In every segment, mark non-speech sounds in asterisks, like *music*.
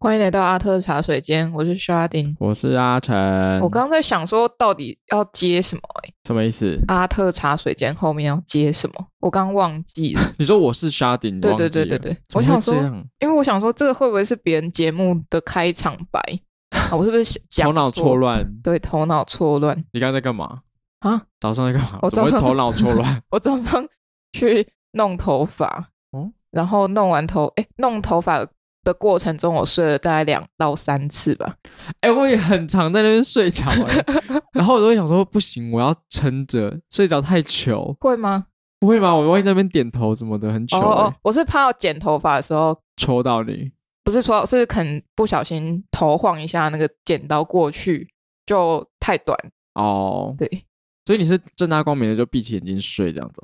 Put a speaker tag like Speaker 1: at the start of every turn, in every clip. Speaker 1: 欢迎来到阿特的茶水间，我是沙丁。
Speaker 2: 我是阿成，
Speaker 1: 我刚刚在想说，到底要接什么、欸？
Speaker 2: 什么意思？
Speaker 1: 阿特茶水间后面要接什么？我刚忘记
Speaker 2: *laughs*
Speaker 1: 了，
Speaker 2: 你说我是沙丁，
Speaker 1: 对
Speaker 2: 忘记
Speaker 1: 对对对对
Speaker 2: 了怎
Speaker 1: 我
Speaker 2: 么
Speaker 1: 想
Speaker 2: 会这
Speaker 1: 说
Speaker 2: 样
Speaker 1: 因为我想说，这个会不会是别人节目的开场白？啊、我是不是讲
Speaker 2: 头脑
Speaker 1: 错
Speaker 2: 错？乱，
Speaker 1: 对，头脑错乱
Speaker 2: 你刚才在干嘛？
Speaker 1: 啊！
Speaker 2: 早上在干嘛？
Speaker 1: 我
Speaker 2: 怎么会
Speaker 1: 早上
Speaker 2: 头脑错
Speaker 1: *laughs*
Speaker 2: 乱？
Speaker 1: 我早上去弄头发，
Speaker 2: 哦
Speaker 1: 然后弄完头，哎，弄头发的过程中，我睡了大概两到三次吧。
Speaker 2: 哎、我也很常在那边睡着、
Speaker 1: 欸
Speaker 2: 哎 *laughs* 然后我都会想说不行，我要撑着，睡着太糗，
Speaker 1: 会吗？
Speaker 2: 不会吧？我万一在那边点头什么的，很糗、
Speaker 1: 哦
Speaker 2: 哎
Speaker 1: 哦，我是怕我剪头发的时候，
Speaker 2: 抽到你，
Speaker 1: 不是说是可能不小心头晃一下，那个剪刀过去就太短。
Speaker 2: 哦，
Speaker 1: 对，
Speaker 2: 所以你是正大光明的就闭起眼睛睡这样子、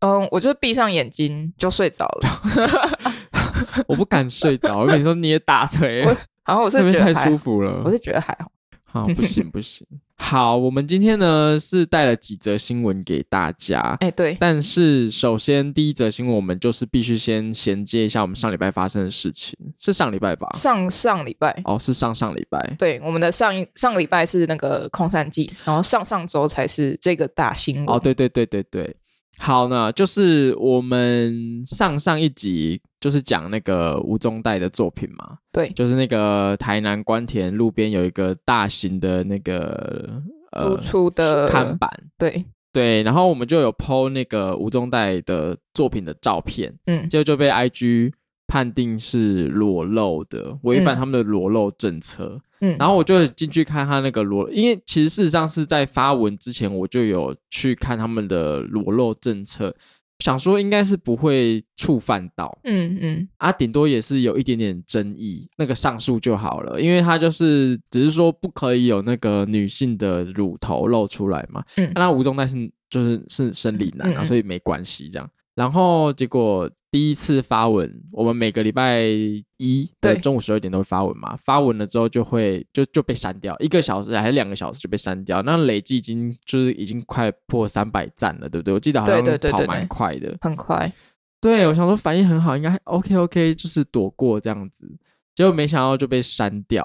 Speaker 2: 哦，
Speaker 1: 嗯，我就闭上眼睛就睡着了。 *laughs*
Speaker 2: 我不敢睡着，我跟你说你也打腿，
Speaker 1: *laughs* 我然后我是
Speaker 2: 那
Speaker 1: 觉
Speaker 2: 边
Speaker 1: 得
Speaker 2: 太
Speaker 1: 还
Speaker 2: 舒，服了，
Speaker 1: 我是觉得还好。
Speaker 2: 好，不行不行。好，我们今天呢是带了几则新闻给大家，
Speaker 1: 哎，对，
Speaker 2: 但是首先第一则新闻，我们就是必须先衔接一下我们上礼拜发生的事情，是上礼拜吧？
Speaker 1: 上上礼拜。
Speaker 2: 哦，是上上礼拜。
Speaker 1: 对，我们的上一上礼拜是那个空山记，然后上上周才是这个大新闻。
Speaker 2: 哦，，对对对对对。好呢，就是我们上上一集就是讲那个吴宗代的作品嘛，
Speaker 1: 对
Speaker 2: 就是那个台南关田路边有一个大型的那个
Speaker 1: 突
Speaker 2: 呃
Speaker 1: 出的
Speaker 2: 看板，
Speaker 1: 对，
Speaker 2: 对，然后我们就有 PO 那个吴宗代的作品的照片，
Speaker 1: 嗯，
Speaker 2: 结果就被 IG 判定是裸露的，违反
Speaker 1: 嗯
Speaker 2: 他们的裸露政策。
Speaker 1: 嗯，
Speaker 2: 然后我就进去看他那个裸，因为其实事实上是在发文之前，我就有去看他们的裸露政策，想说应该是不会触犯到
Speaker 1: 嗯嗯
Speaker 2: 啊，顶多也是有一点点争议，那个上诉就好了，因为他就是只是说不可以有那个女性的乳头露出来嘛。啊
Speaker 1: 嗯
Speaker 2: 那吴宗泰是就是是生理男
Speaker 1: 嗯
Speaker 2: 啊，
Speaker 1: 嗯
Speaker 2: 所以没关系这样。然后结果第一次发文，我们每个礼拜一的
Speaker 1: 对
Speaker 2: 中午十二点都会发文嘛，发文了之后就会就就被删掉，一个小时还是两个小时就被删掉。那累计已经就是已经快破三百赞了，对不对？我记得好像
Speaker 1: 对对对对
Speaker 2: 跑
Speaker 1: 对
Speaker 2: 蛮快的。
Speaker 1: 很快，
Speaker 2: 对，我想说反应很好，应该还 OK OK，就是躲过这样子，结果没想到就被删掉。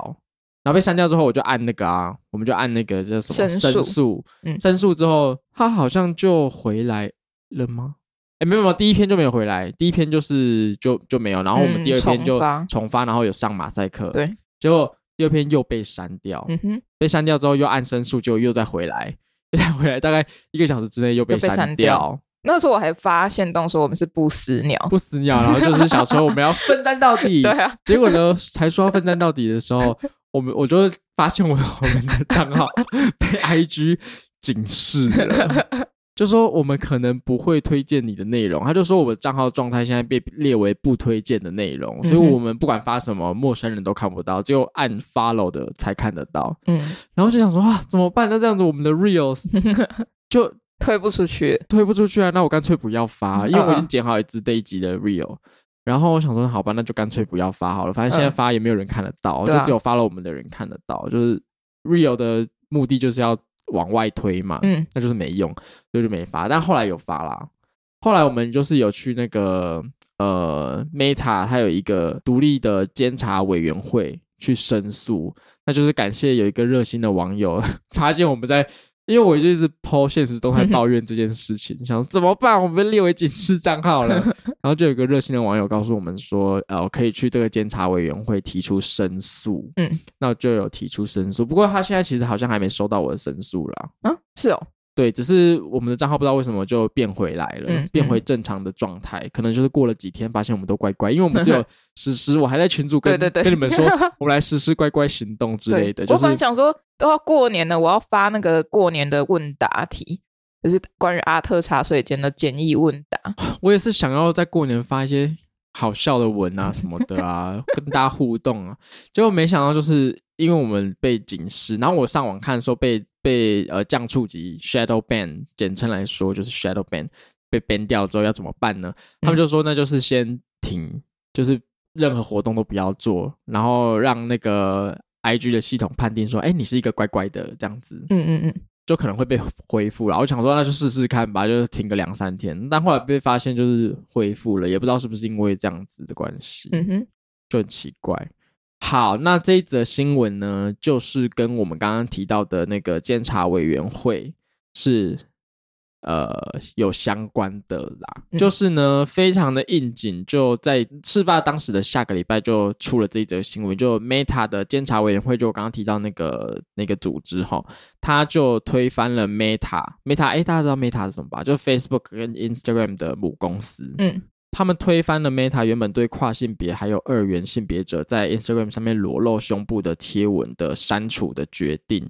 Speaker 2: 然后被删掉之后，我就按那个啊，我们就按那个叫什
Speaker 1: 申
Speaker 2: 么
Speaker 1: 诉
Speaker 2: 申诉，
Speaker 1: 嗯
Speaker 2: 申诉之后，他好像就回来了吗？哎，没有没有，第一篇就没有回来，第一篇就是就就没有，然后我们
Speaker 1: 嗯
Speaker 2: 第二篇就
Speaker 1: 重发
Speaker 2: 重发，然后有上马赛克，
Speaker 1: 对，
Speaker 2: 结果第二篇又被删掉，
Speaker 1: 嗯哼，
Speaker 2: 被删掉之后又按申诉，就又再回来，又再回来，大概一个小时之内又被
Speaker 1: 又被删
Speaker 2: 删
Speaker 1: 掉那时候我还发现动说我们是不死鸟，
Speaker 2: 不死鸟，然后就是想说我们要奋战到
Speaker 1: *laughs*
Speaker 2: 底，
Speaker 1: 对啊，
Speaker 2: 结果呢，才说要奋战到底的时候， *laughs* 我们我就发现我我们的账号 *laughs* 被 IG 警示了， *laughs* 就说我们可能不会推荐你的内容。他就说我们账号状态现在被列为不推荐的内容，所以
Speaker 1: 嗯哼
Speaker 2: 我们不管发什么，陌生人都看不到，只有按 follow 的才看得到。
Speaker 1: 嗯，
Speaker 2: 然后就想说啊，怎么办？那这样子我们的 reels 就
Speaker 1: 推不出去，
Speaker 2: 推不出去啊，那我干脆不要发，因为我
Speaker 1: 嗯
Speaker 2: 已经
Speaker 1: 嗯
Speaker 2: 剪好一支这一集的 real。然后我想说，好吧，那就干脆不要发好了，反正现在
Speaker 1: 嗯
Speaker 2: 发也没有人看得到，
Speaker 1: 对啊
Speaker 2: 就只有发了我们的人看得到。就是 real 的目的就是要往外推嘛，
Speaker 1: 嗯
Speaker 2: 那就是没用，所以就没发。但后来有发啦，后来我们就是有去那个呃 Meta，它有一个独立的监察委员会去申诉，那就是感谢有一个热心的网友 *laughs* 发现我们在。因为我就一直 PO 现实动态
Speaker 1: 嗯哼
Speaker 2: 抱怨这件事情，想怎么办？我们被列为警示账号了。然后就有一个热心的网友告诉我们说，呃，可以去这个监察委员会提出申诉。
Speaker 1: 嗯，
Speaker 2: 那我就有提出申诉，不过他现在其实好像还没收到我的申诉啦。
Speaker 1: 啊，是哦，
Speaker 2: 对，只是我们的账号不知道为什么就变回来了，
Speaker 1: 嗯
Speaker 2: 变回正常的状态。可能就是过了几天，发现我们都乖乖，因为我们是
Speaker 1: *laughs*
Speaker 2: 有实施，我还在群组跟
Speaker 1: 对对对 *laughs*
Speaker 2: 跟你们说，我们来实施乖乖行动之类
Speaker 1: 对
Speaker 2: 的，就
Speaker 1: 我
Speaker 2: 是
Speaker 1: 本来想说都要过年了，我要发那个过年的问答题，就是关于阿特茶水间的简易问答。
Speaker 2: 我也是想要在过年发一些好笑的文啊什么的啊，跟大家互动啊。结果没想到，就是因为我们被警示，然后我上网看的时候被被呃降触及 shadow ban，简称来说就是 shadow ban，被 ban 掉之后要怎么办呢？他们就说那就是先停，就是任何活动都不要做，然后让那个 IG 的系统判定说，哎，你是一个乖乖的这样子。
Speaker 1: 嗯嗯嗯，
Speaker 2: 就可能会被恢复了。我想说，那就试试看吧，就停个两三天。但后来被发现就是恢复了，也不知道是不是因为这样子的关系，
Speaker 1: 嗯哼，
Speaker 2: 就很奇怪。好，那这一则新闻呢，就是跟我们刚刚提到的那个监察委员会是呃有相关的啦。
Speaker 1: 嗯
Speaker 2: 就是呢，非常的应景，就在事发当时的下个礼拜就出了这一则新闻，就 Meta 的监察委员会，就我刚刚提到那个那个组织哈，他就推翻了 Meta。Meta，哎，大家知道 Meta 是什么吧？就 Facebook 跟 Instagram 的母公司。
Speaker 1: 嗯
Speaker 2: 他们推翻了 Meta 原本对跨性别还有二元性别者在 Instagram 上面裸露胸部的贴文的删除的决定。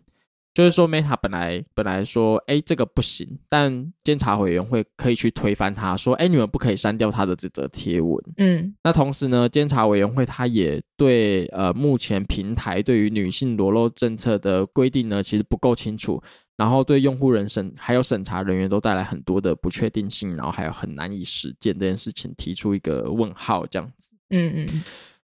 Speaker 2: 就是说，Meta 本来本来说，哎，这个不行，但监察委员会可以去推翻它，说，哎，你们不可以删掉它的这则贴文。
Speaker 1: 嗯
Speaker 2: 那同时呢，监察委员会它也对呃目前平台对于女性裸露政策的规定呢，其实不够清楚，然后对用户人审还有审查人员都带来很多的不确定性，然后还有很难以实践这件事情提出一个问号，这样子
Speaker 1: 嗯 *laughs* 嗯，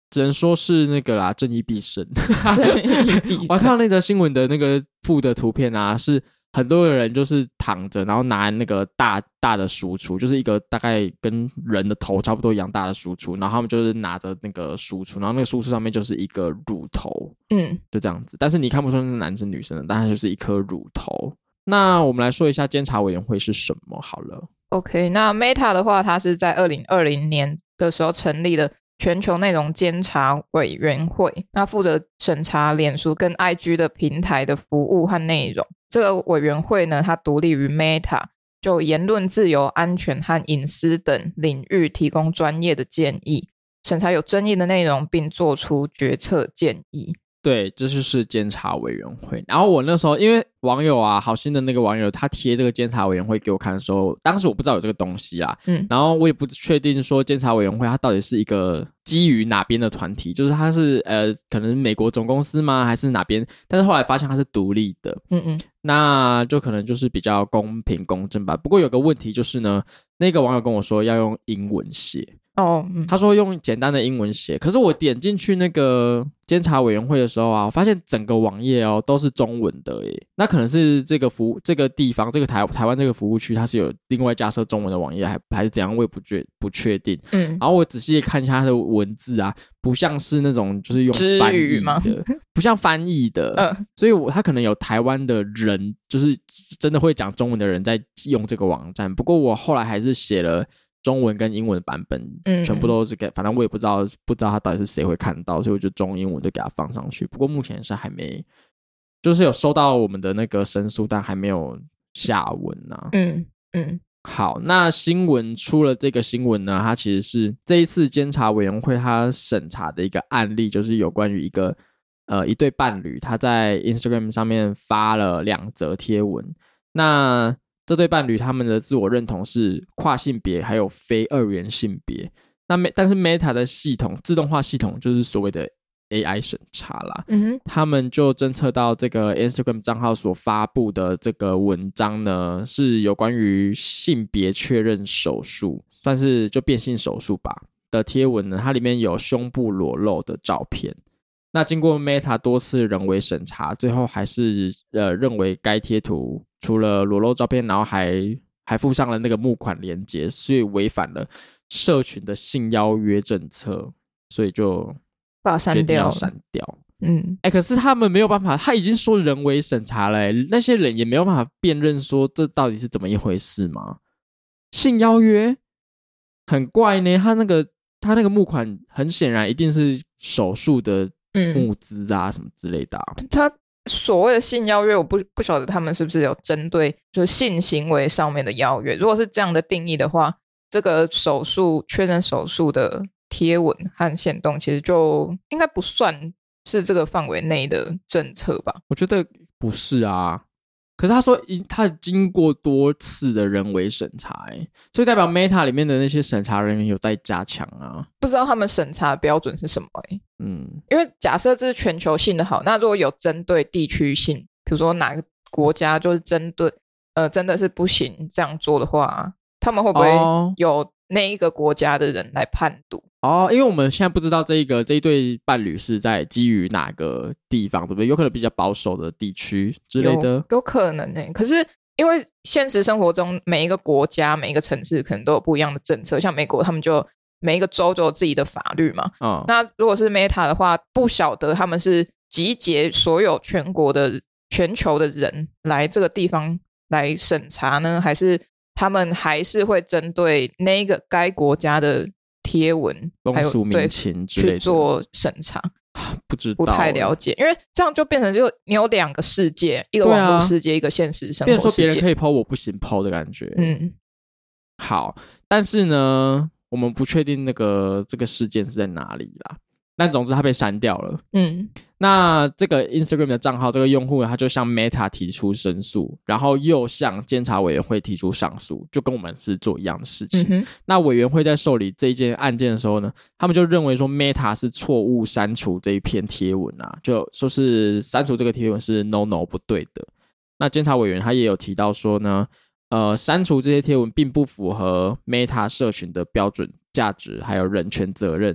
Speaker 2: 只能说是那个啦，正义必胜。
Speaker 1: 正义必
Speaker 2: 我还
Speaker 1: 胜
Speaker 2: 看到那则新闻的那个附的图片啊，是很多人就是躺着，然后拿那个大大的输出，就是一个大概跟人的头差不多一样大的输出，然后他们就是拿着那个输出，然后那个输出上面就是一个乳头，
Speaker 1: 嗯
Speaker 2: 就这样子。但是你看不出是男生女生的，但它就是一颗乳头。那我们来说一下监察委员会是什么好了。
Speaker 1: ，OK。那 Meta 的话，它是在二零二零年的时候成立的全球内容监察委员会，那负责审查脸书跟 IG 的平台的服务和内容。这个委员会呢，它独立于 Meta，就言论自由、安全和隐私等领域提供专业的建议，审查有争议的内容，并做出决策建议。
Speaker 2: 对，这就是监察委员会。然后我那时候因为网友啊，好心的那个网友，他贴这个监察委员会给我看的时候，当时我不知道有这个东西啊啦，
Speaker 1: 嗯
Speaker 2: 然后我也不确定说监察委员会它到底是一个基于哪边的团体，就是它是呃可能美国总公司吗，还是哪边？但是后来发现它是独立的，
Speaker 1: 嗯嗯
Speaker 2: 那就可能就是比较公平公正吧。不过有个问题就是呢，那个网友跟我说要用英文写，
Speaker 1: 哦嗯
Speaker 2: 他说用简单的英文写，可是我点进去那个监察委员会的时候啊，我发现整个网页哦都是中文的耶。那可能是这个服务这个地方这个台台湾这个服务区，它是有另外架设中文的网页，还还是怎样，我也不确不确定。
Speaker 1: 嗯
Speaker 2: 然后我仔细看一下它的文字啊，不像是那种就是用
Speaker 1: 之
Speaker 2: 翻
Speaker 1: 语
Speaker 2: 译
Speaker 1: 吗
Speaker 2: 的，不像翻译
Speaker 1: *laughs*
Speaker 2: 的，
Speaker 1: 嗯
Speaker 2: 所以我他可能有台湾的人，就是真的会讲中文的人在用这个网站。不过我后来还是写了中文跟英文版本，
Speaker 1: 嗯
Speaker 2: 全部都是给，反正我也不知道不知道他到底是谁会看到，所以我就中英文都给他放上去。不过目前是还没，就是有收到我们的那个申诉，但还没有下文啊呐、
Speaker 1: 嗯嗯
Speaker 2: 好，那新闻出了这个新闻呢，它其实是这一次监察委员会它审查的一个案例，就是有关于一个呃一对伴侣，他在 Instagram 上面发了两则贴文。那这对伴侣他们的自我认同是跨性别还有非二元性别。那 Meta 但是 Meta 的系统自动化系统就是所谓的 AI 审查啦，
Speaker 1: 嗯
Speaker 2: 他们就侦测到这个 Instagram 账号所发布的这个文章呢，是有关于性别确认手术，算是就变性手术吧的贴文呢，它里面有胸部裸露的照片。那经过 Meta 多次人为审查，最后还是呃认为该贴图除了裸露照片，然后还还附上了那个募款链接，所以违反了社群的性邀约政策，所以就
Speaker 1: 把它
Speaker 2: 决
Speaker 1: 删
Speaker 2: 定要
Speaker 1: 掉，
Speaker 2: 删掉。
Speaker 1: 嗯
Speaker 2: 哎、可是他们没有办法，他已经说人为审查了、欸，那些人也没有办法辨认说这到底是怎么一回事吗？性邀约很怪呢，他那个他那个募款很显然一定是手术的
Speaker 1: 嗯，
Speaker 2: 募资啊、什么之类的啊、
Speaker 1: 他所谓的性邀约，我不不晓得他们是不是有针对就是性行为上面的邀约。如果是这样的定义的话，这个手术确认手术的贴文和行动，其实就应该不算是这个范围内的政策吧？
Speaker 2: 我觉得不是啊。可是他说一，他经过多次的人为审查、欸，所以代表 Meta 里面的那些审查人员有待加强啊。
Speaker 1: 不知道他们审查的标准是什么、欸？
Speaker 2: 嗯，
Speaker 1: 因为假设这是全球性的好，那如果有针对地区性，比如说哪个国家就是针对呃真的是不行这样做的话，他们会不会
Speaker 2: 哦
Speaker 1: 有那一个国家的人来判读？
Speaker 2: 哦，因为我们现在不知道这一个这一对伴侣是在基于哪个地方，对不对？有可能比较保守的地区之类的。
Speaker 1: 有有可能呢、可是因为现实生活中每一个国家、每一个城市可能都有不一样的政策，像美国他们就每一个州都有自己的法律嘛。
Speaker 2: 啊、嗯，
Speaker 1: 那如果是 Meta 的话，不晓得他们是集结所有全国的、全球的人来这个地方来审查呢，还是他们还是会针对那个该国家的贴文还
Speaker 2: 风
Speaker 1: 有
Speaker 2: 俗
Speaker 1: 对
Speaker 2: 民情之类
Speaker 1: 去
Speaker 2: 的，
Speaker 1: 做审查？
Speaker 2: 不知道，
Speaker 1: 不太了解，因为这样就变成就你有两个世界，一个
Speaker 2: 对啊
Speaker 1: 网络世界，一个现实生
Speaker 2: 变成
Speaker 1: 活
Speaker 2: 说别
Speaker 1: 世
Speaker 2: 人
Speaker 1: 界。
Speaker 2: 可以抛，我不行抛的感觉。
Speaker 1: 嗯，
Speaker 2: 好，但是呢，我们不确定那个这个事件是在哪里啦。但总之，它被删掉了。
Speaker 1: 嗯，
Speaker 2: 那这个 Instagram 的账号，这个用户呢，他就向 Meta 提出申诉，然后又向监察委员会提出上诉，就跟我们是做一样的事情。
Speaker 1: 嗯哼，
Speaker 2: 那委员会在受理这一件案件的时候呢，他们就认为说 Meta 是错误删除这一篇贴文啊，就说是删除这个贴文是 no no 不对的。那监察委员他也有提到说呢，呃，删除这些贴文并不符合 Meta 社群的标准、价值还有人权责任，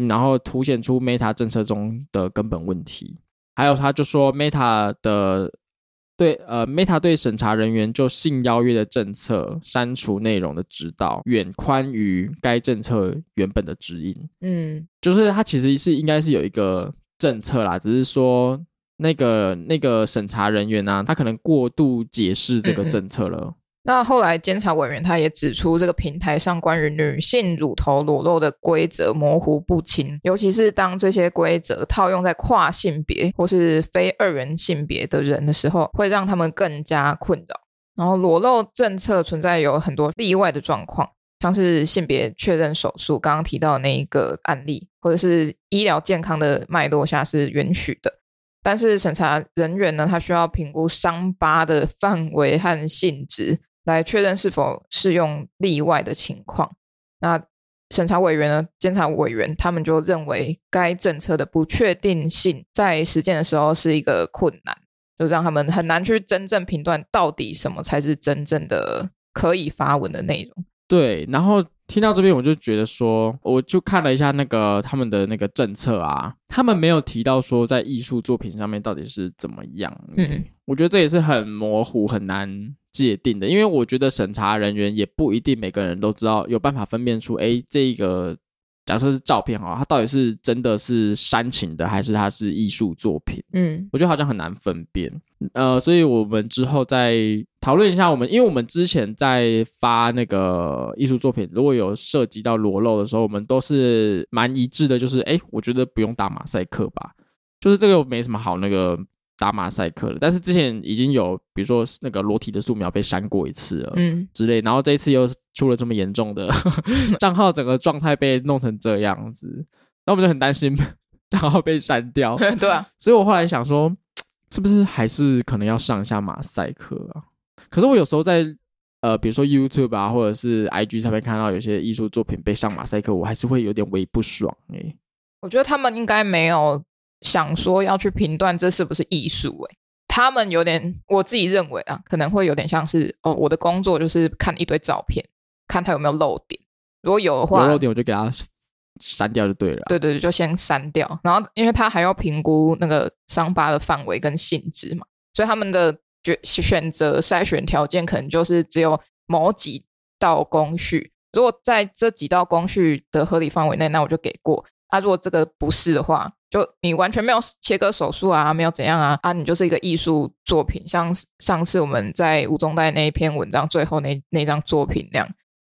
Speaker 2: 嗯然后凸显出 Meta 政策中的根本问题。还有他就说 Meta 的对呃，Meta 对审查人员就性邀约的政策删除内容的指导，远宽于该政策原本的指引。
Speaker 1: 嗯
Speaker 2: 就是它其实是应该是有一个政策啦，只是说那个那个审查人员呢、啊，他可能过度解释这个
Speaker 1: 嗯嗯
Speaker 2: 政策了。
Speaker 1: 那后来监察委员他也指出，这个平台上关于女性乳头裸露的规则模糊不清，尤其是当这些规则套用在跨性别或是非二元性别的人的时候，会让他们更加困扰。然后裸露政策存在有很多例外的状况，像是性别确认手术刚刚提到的那一个案例，或者是医疗健康的脉络下是允许的。但是审查人员呢，他需要评估伤疤的范围和性质，来确认是否适用例外的情况。那审查委员呢，监察委员他们就认为该政策的不确定性在实践的时候是一个困难，就让他们很难去真正评断到底什么才是真正的可以发文的内容。
Speaker 2: 对，然后听到这边我就觉得说，我就看了一下那个他们的那个政策啊，他们没有提到说在艺术作品上面到底是怎么样。
Speaker 1: 嗯，
Speaker 2: 我觉得这也是很模糊、很难界定的，因为我觉得审查人员也不一定每个人都知道有办法分辨出，哎，这个假设是照片哈，它到底是真的是煽情的，还是它是艺术作品？
Speaker 1: 嗯
Speaker 2: 我觉得好像很难分辨。呃，所以我们之后再讨论一下，我们因为我们之前在发那个艺术作品，如果有涉及到裸露的时候，我们都是蛮一致的，就是哎，我觉得不用打马赛克吧，就是这个没什么好那个打马赛克的。但是之前已经有，比如说那个裸体的素描被删过一次了。
Speaker 1: 嗯，
Speaker 2: 之类，然后这一次又出了这么严重的 *laughs* 账号，整个状态被弄成这样子，那我们就很担心 *laughs* 账号被删掉。
Speaker 1: *laughs* 对啊，
Speaker 2: 所以我后来想说，是不是还是可能要上一下马赛克啊？可是我有时候在呃，比如说 YouTube 啊，或者是 IG 上面看到有些艺术作品被上马赛克，我还是会有点微不爽欸诶、
Speaker 1: 我觉得他们应该没有想说要去评断这是不是艺术、欸，他们有点，我自己认为啊，可能会有点像是哦，我的工作就是看一堆照片，看它有没有漏点，如果有的话，
Speaker 2: 有漏点我就给它删掉就对了啊。
Speaker 1: 对对对，就先删掉。然后，因为他还要评估那个伤疤的范围跟性质嘛，所以他们的决选择筛选条件可能就是只有某几道工序。如果在这几道工序的合理范围内，那我就给过。啊，如果这个不是的话，就你完全没有切割手术啊，没有怎样啊，啊，你就是一个艺术作品。像上次我们在吴宗代那一篇文章最后那那张作品那样，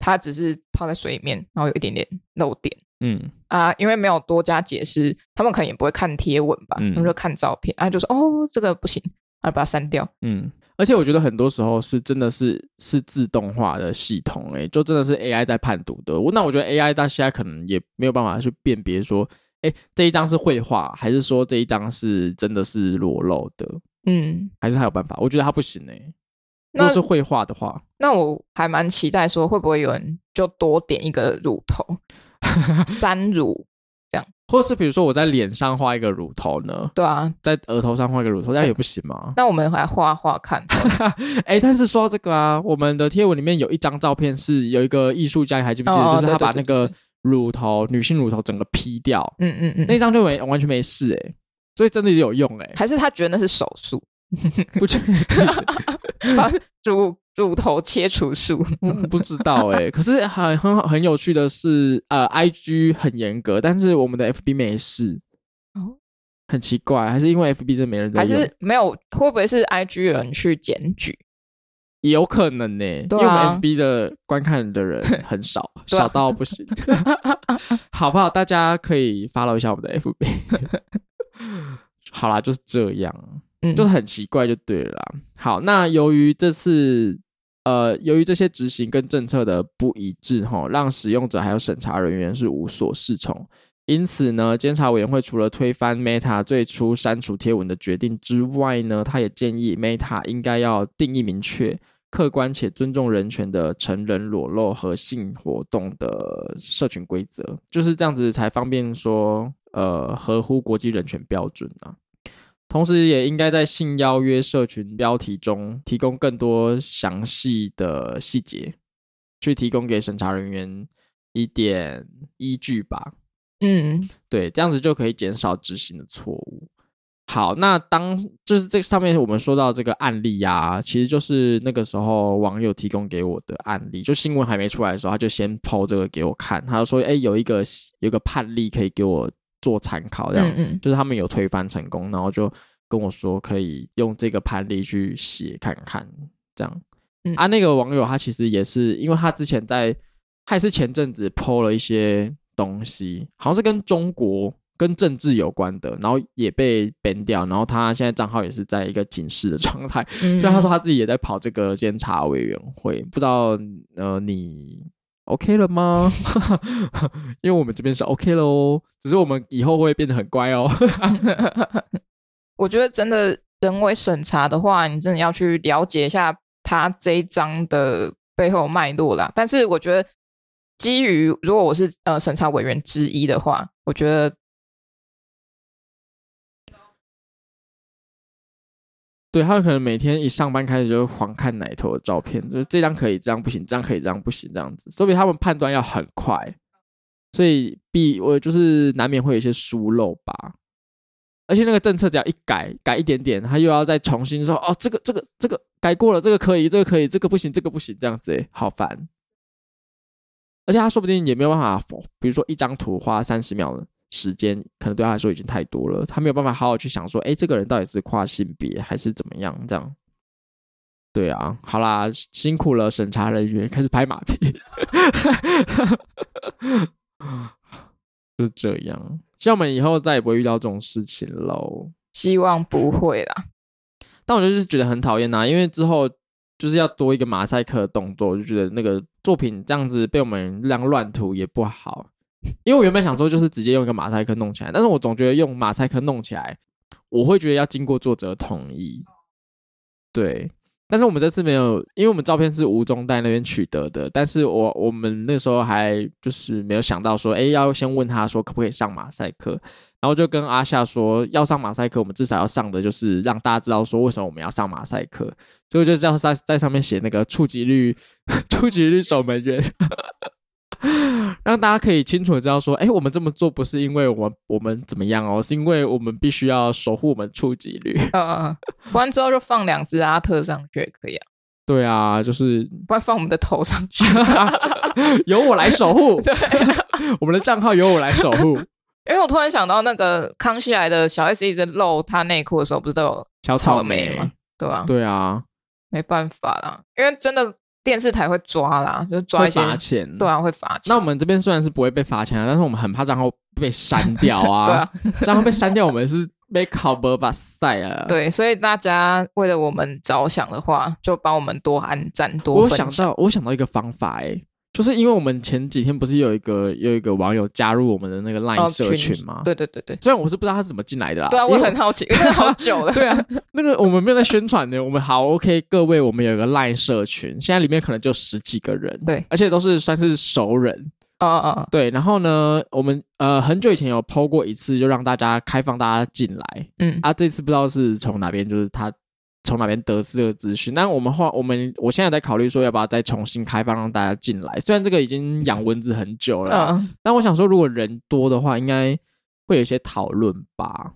Speaker 1: 它只是泡在水里面，然后有一点点漏点。
Speaker 2: 嗯，
Speaker 1: 啊，因为没有多加解释，他们可能也不会看贴文吧，
Speaker 2: 嗯
Speaker 1: 他们就看照片，啊，就说哦，这个不行，啊，把它删掉。
Speaker 2: 嗯，而且我觉得很多时候是真的是是自动化的系统、欸，就真的是 AI 在判读的。我那我觉得 AI 到现在可能也没有办法去辨别说，哎、这一张是绘画，还是说这一张是真的是裸露的，
Speaker 1: 嗯，
Speaker 2: 还是还有办法？我觉得他不行哎、如
Speaker 1: 那
Speaker 2: 果是绘画的话，
Speaker 1: 那我还蛮期待说会不会有人就多点一个乳头，三乳，
Speaker 2: 或是比如说我在脸上画一个乳头呢，
Speaker 1: 对啊，
Speaker 2: 在额头上画一个乳头，那也不行吗？ *laughs*
Speaker 1: 那我们来画画看，
Speaker 2: 哎、但是说到这个啊，我们的贴文里面有一张照片是有一个艺术家，你还记不记得？
Speaker 1: 哦哦
Speaker 2: 就是他
Speaker 1: 对对
Speaker 2: 把
Speaker 1: 对
Speaker 2: 那
Speaker 1: 对
Speaker 2: 个乳头，女性乳头整个 P 掉，
Speaker 1: 嗯嗯嗯，
Speaker 2: 欸那张就没完全没事哎、所以真的有用哎、
Speaker 1: 还是他觉得那是手术，*laughs*
Speaker 2: 不确，
Speaker 1: 把乳乳头切除术，
Speaker 2: 我不知道哎、可是很很好很有趣的是，呃，IG 很严格，但是我们的 FB 没事，
Speaker 1: 哦
Speaker 2: 很奇怪，还是因为 FB 真的没人在
Speaker 1: 还
Speaker 2: 用，
Speaker 1: 是没有？会不会是 IG 人去检举？
Speaker 2: 也有可能呢、因
Speaker 1: 对啊
Speaker 2: 为我们 FB 的观看的人很少，
Speaker 1: *laughs* 对啊
Speaker 2: 少到不行，好不好？大家可以 follow 一下我们的
Speaker 1: *laughs*
Speaker 2: FB。好啦，就是这样，
Speaker 1: 嗯，
Speaker 2: 就是很奇怪就对了啦。好，那由于这次呃，由于这些执行跟政策的不一致，哈，让使用者还有审查人员是无所适从。因此呢，监察委员会除了推翻 Meta 最初删除贴文的决定之外呢，他也建议 Meta 应该要定义明确、客观且尊重人权的成人裸露和性活动的社群规则，就是这样子才方便说，呃，合乎国际人权标准啊。同时，也应该在性邀约社群标题中提供更多详细的细节，去提供给审查人员一点依据吧。
Speaker 1: 嗯，
Speaker 2: 对，这样子就可以减少执行的错误。好，那当就是这上面我们说到这个案例呀、其实就是那个时候网友提供给我的案例，就新闻还没出来的时候，他就先抛这个给我看，他就说：“哎、有一个有一个判例可以给我做参考。”这样，
Speaker 1: 嗯嗯
Speaker 2: 就是他们有推翻成功，然后就跟我说可以用这个判例去写看看，这样。
Speaker 1: 嗯
Speaker 2: 啊，那个网友他其实也是，因为他之前在，他也是前阵子 PO 了一些东西，好像是跟中国跟政治有关的，然后也被 ban 掉，然后他现在账号也是在一个警示的状态， *laughs*
Speaker 1: 嗯，
Speaker 2: 所以他说他自己也在跑这个监察委员会，不知道呃你 OK 了吗？ *laughs* 因为我们这边是 OK 了哦，只是我们以后会变得很乖哦。
Speaker 1: 我觉得真的人为审查的话，你真的要去了解一下他这一章的背后脉络啦。但是我觉得，基于如果我是呃审查委员之一的话，我觉得
Speaker 2: 对他可能每天一上班开始就狂看奶头的照片，就是这张可以，这张不行，这张可以，这张不行，这样子，所以他们判断要很快，所以必我就是难免会有一些疏漏吧。而且那个政策只要一改，改一点点，他又要再重新说哦，这个这个这个改过了，这个可以，这个可以，这个不行，这个不行，这样子诶，好烦。而且他说不定也没有办法，比如说一张图花三十秒的时间，可能对他来说已经太多了，他没有办法好好去想说，哎，这个人到底是跨性别还是怎么样这样。对啊，好啦，辛苦了，审查人员开始拍马屁， *laughs* 就这样。希望我们以后再也不会遇到这种事情喽。
Speaker 1: 希望不会啦。
Speaker 2: 但我就是觉得很讨厌呐、啊因为之后就是要多一个马赛克的动作，我就觉得那个作品这样子被我们这样乱涂也不好。因为我原本想说就是直接用一个马赛克弄起来，但是我总觉得用马赛克弄起来，我会觉得要经过作者同意。对，但是我们这次没有，因为我们照片是吴宗代那边取得的，但是我我们那时候还就是没有想到说，哎，要先问他说可不可以上马赛克，然后就跟阿夏说，要上马赛克，我们至少要上的就是让大家知道说为什么我们要上马赛克，所以就是要在在上面写那个触及率，触及率守门员， *laughs* 让大家可以清楚的知道说，哎，我们这么做不是因为我们我们怎么样哦，是因为我们必须要守护我们触及率。
Speaker 1: 呃，不然之后就放两只阿特上去也可以啊，
Speaker 2: 对啊，就是 *laughs*
Speaker 1: 不然放我们的头上去。 *laughs*
Speaker 2: 由我来守护，
Speaker 1: 对，啊
Speaker 2: *laughs* 我们的账号由我来守
Speaker 1: *laughs*
Speaker 2: 护。
Speaker 1: 因为我突然想到那个康熙来的小 S 一直露她内裤的时候，不是都有
Speaker 2: 小
Speaker 1: 草
Speaker 2: 草莓
Speaker 1: 吗？？对吧、
Speaker 2: 对啊，
Speaker 1: 没办法啦，因为真的电视台会抓啦，就抓
Speaker 2: 会
Speaker 1: 一些，
Speaker 2: 罚钱。
Speaker 1: 对啊，会罚钱。
Speaker 2: 那我们这边虽然是不会被罚钱啊，但是我们很怕账号被删掉啊。
Speaker 1: *laughs* 对啊，
Speaker 2: 账号被删掉，我们是被考博把赛啊。，
Speaker 1: 对，所以大家为了我们着想的话，就帮我们多按赞、多
Speaker 2: 我
Speaker 1: 分
Speaker 2: 想到我想到一个方法哎、就是因为我们前几天不是有一个有一个网友加入我们的那个 LINE
Speaker 1: 哦
Speaker 2: 社群吗？，
Speaker 1: 对对对对，
Speaker 2: 虽然我是不知道他是怎么进来的啦。
Speaker 1: 对啊，
Speaker 2: 因为。
Speaker 1: 我很好奇， *laughs* 因为好久了
Speaker 2: *laughs* 对啊，那个我们没有在宣传的，我们好 OK，各位，我们有一个 LINE 社群，现在里面可能就十几个人，
Speaker 1: 对
Speaker 2: 而且都是算是熟人，
Speaker 1: 哦哦，
Speaker 2: 对。然后呢，我们呃很久以前有 PO 过一次，就让大家开放大家进来，
Speaker 1: 嗯
Speaker 2: 啊，这次不知道是从哪边，就是他从哪边得知这个资讯。那我们后我们我现在在考虑说，要不要再重新开放让大家进来？虽然这个已经养蚊子很久了啊，
Speaker 1: 嗯，
Speaker 2: 但我想说，如果人多的话，应该会有一些讨论吧。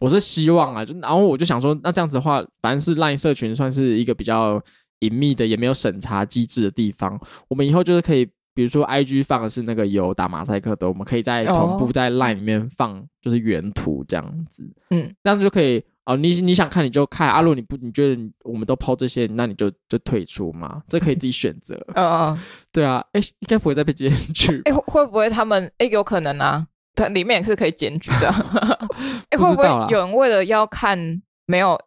Speaker 2: 我是希望啊，就然后我就想说，那这样子的话，反正是 LINE 社群算是一个比较隐秘的，也没有审查机制的地方，我们以后就是可以。比如说，IG 放的是那个有打马赛克的，我们可以在同步
Speaker 1: 哦
Speaker 2: 在 LINE 里面放，就是原图这样子。
Speaker 1: 嗯，
Speaker 2: 这样子就可以哦、你你想看你就看，啊，如果你不你觉得你我们都抛这些，那你就就退出嘛，这可以自己选择。 *laughs*
Speaker 1: 嗯嗯，
Speaker 2: 对啊，哎、应该不会再被接 *laughs* 进去吧。
Speaker 1: 哎、会会不会他们哎、有可能啊，它里面也是可以检举
Speaker 2: *laughs*
Speaker 1: 的。哎、
Speaker 2: 不
Speaker 1: 会
Speaker 2: 知
Speaker 1: 不
Speaker 2: 道啦
Speaker 1: 会有人为了要看没有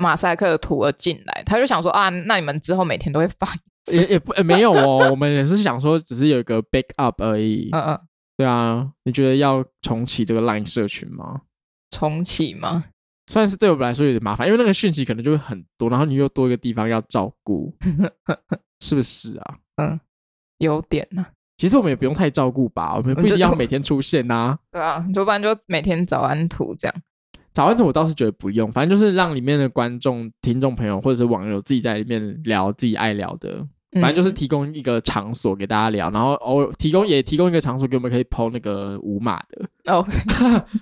Speaker 1: 马赛克的图而进来？他就想说啊，那你们之后每天都会
Speaker 2: *laughs*
Speaker 1: 发。
Speaker 2: 也也不、呃没有哦，我们也是想说，只是有一个 backup 而已。
Speaker 1: 嗯嗯，
Speaker 2: 对啊，你觉得要重启这个 Line 社群吗？
Speaker 1: 重启吗？
Speaker 2: 虽然是对我们来说有点麻烦，因为那个讯息可能就会很多，然后你又多一个地方要照顾，是不是啊？
Speaker 1: 有点啊呢、
Speaker 2: 其实我们也不用太照顾吧，我们不一定要每天出现呐、啊。
Speaker 1: 对啊，要不然就每天早安图这样。
Speaker 2: 早安的我倒是觉得不用，反正就是让里面的观众、听众朋友或者是网友自己在里面聊自己爱聊的，
Speaker 1: 嗯
Speaker 2: 反正就是提供一个场所给大家聊，然后偶尔提供也提供一个场所给我们可以抛那个无码的。
Speaker 1: OK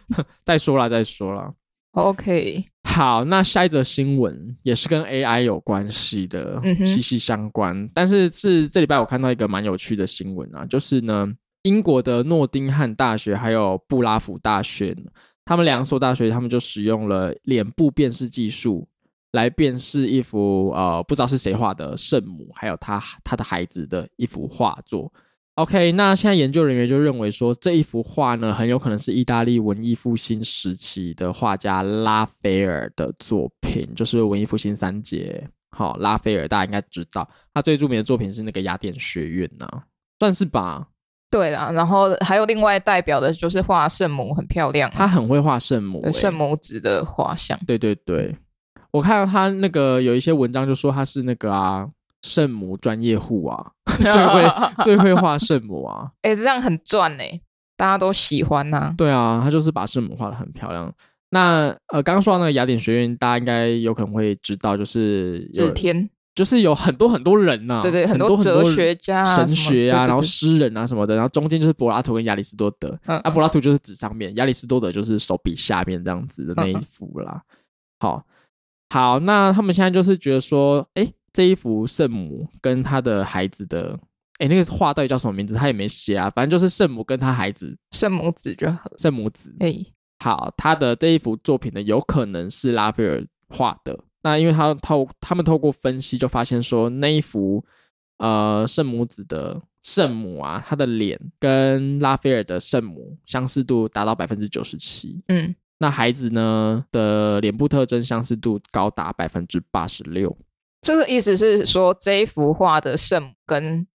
Speaker 2: *laughs* 再说啦，再说啦。
Speaker 1: OK，
Speaker 2: 好，那下一则新闻也是跟 AI 有关系的，
Speaker 1: 嗯哼
Speaker 2: 息息相关。但是是这礼拜我看到一个蛮有趣的新闻啊，就是呢，英国的诺丁汉大学还有布拉福大学呢，他们两所大学，他们就使用了脸部辨识技术来辨识一幅呃不知道是谁画的圣母，还有他他的孩子的一幅画作。OK，那现在研究人员就认为说，这一幅画呢，很有可能是意大利文艺复兴时期的画家拉斐尔的作品，就是文艺复兴三杰。好，拉斐尔大家应该知道，他最著名的作品是那个《雅典学院》呐、算是吧。
Speaker 1: 对啦，然后还有另外代表的就是画圣母，很漂亮啊，
Speaker 2: 他很会画圣母、
Speaker 1: 有
Speaker 2: 欸
Speaker 1: 呃圣母子的画
Speaker 2: *laughs*
Speaker 1: 像。
Speaker 2: 对对对，我看到他那个有一些文章就说他是那个啊圣母专业户啊， *laughs* 最
Speaker 1: *laughs*
Speaker 2: 会最会画圣母啊。
Speaker 1: 哎、这样很赚哎、大家都喜欢呐、
Speaker 2: 对啊，他就是把圣母画的很漂亮。那呃，刚刚说到那个雅典学院，大家应该有可能会知道，就是有
Speaker 1: 指天，
Speaker 2: 就是有很多很多人呐、
Speaker 1: 对对，很
Speaker 2: 啊很多
Speaker 1: 哲学、家、啊、
Speaker 2: 神
Speaker 1: 什么
Speaker 2: 学啊，
Speaker 1: 对对
Speaker 2: 然后
Speaker 1: 对
Speaker 2: 诗人啊什么的，然后中间就是柏拉图跟亚里士多德，
Speaker 1: 嗯
Speaker 2: 阿，柏拉图就是指上面，亚里士多德就是手比下面这样子
Speaker 1: 嗯
Speaker 2: 的那一幅啦。好，好，那他们现在就是觉得说，哎，这一幅圣母跟他的孩子的，哎，那个画到底叫什么名字？他也没写啊，反正就是圣母跟他孩子
Speaker 1: 圣母子就好。
Speaker 2: 圣母子。
Speaker 1: 哎、
Speaker 2: 好，他的这一幅作品呢，有可能是拉斐尔画的。那因为他透他们透过分析就发现说，那一幅呃圣母子的圣母啊，她的脸跟拉斐尔的圣母相似度达到百分之九十七。
Speaker 1: 嗯，
Speaker 2: 那孩子呢的脸部特征相似度高达百分之八十六。
Speaker 1: 这个意思是说，这一幅画的圣母跟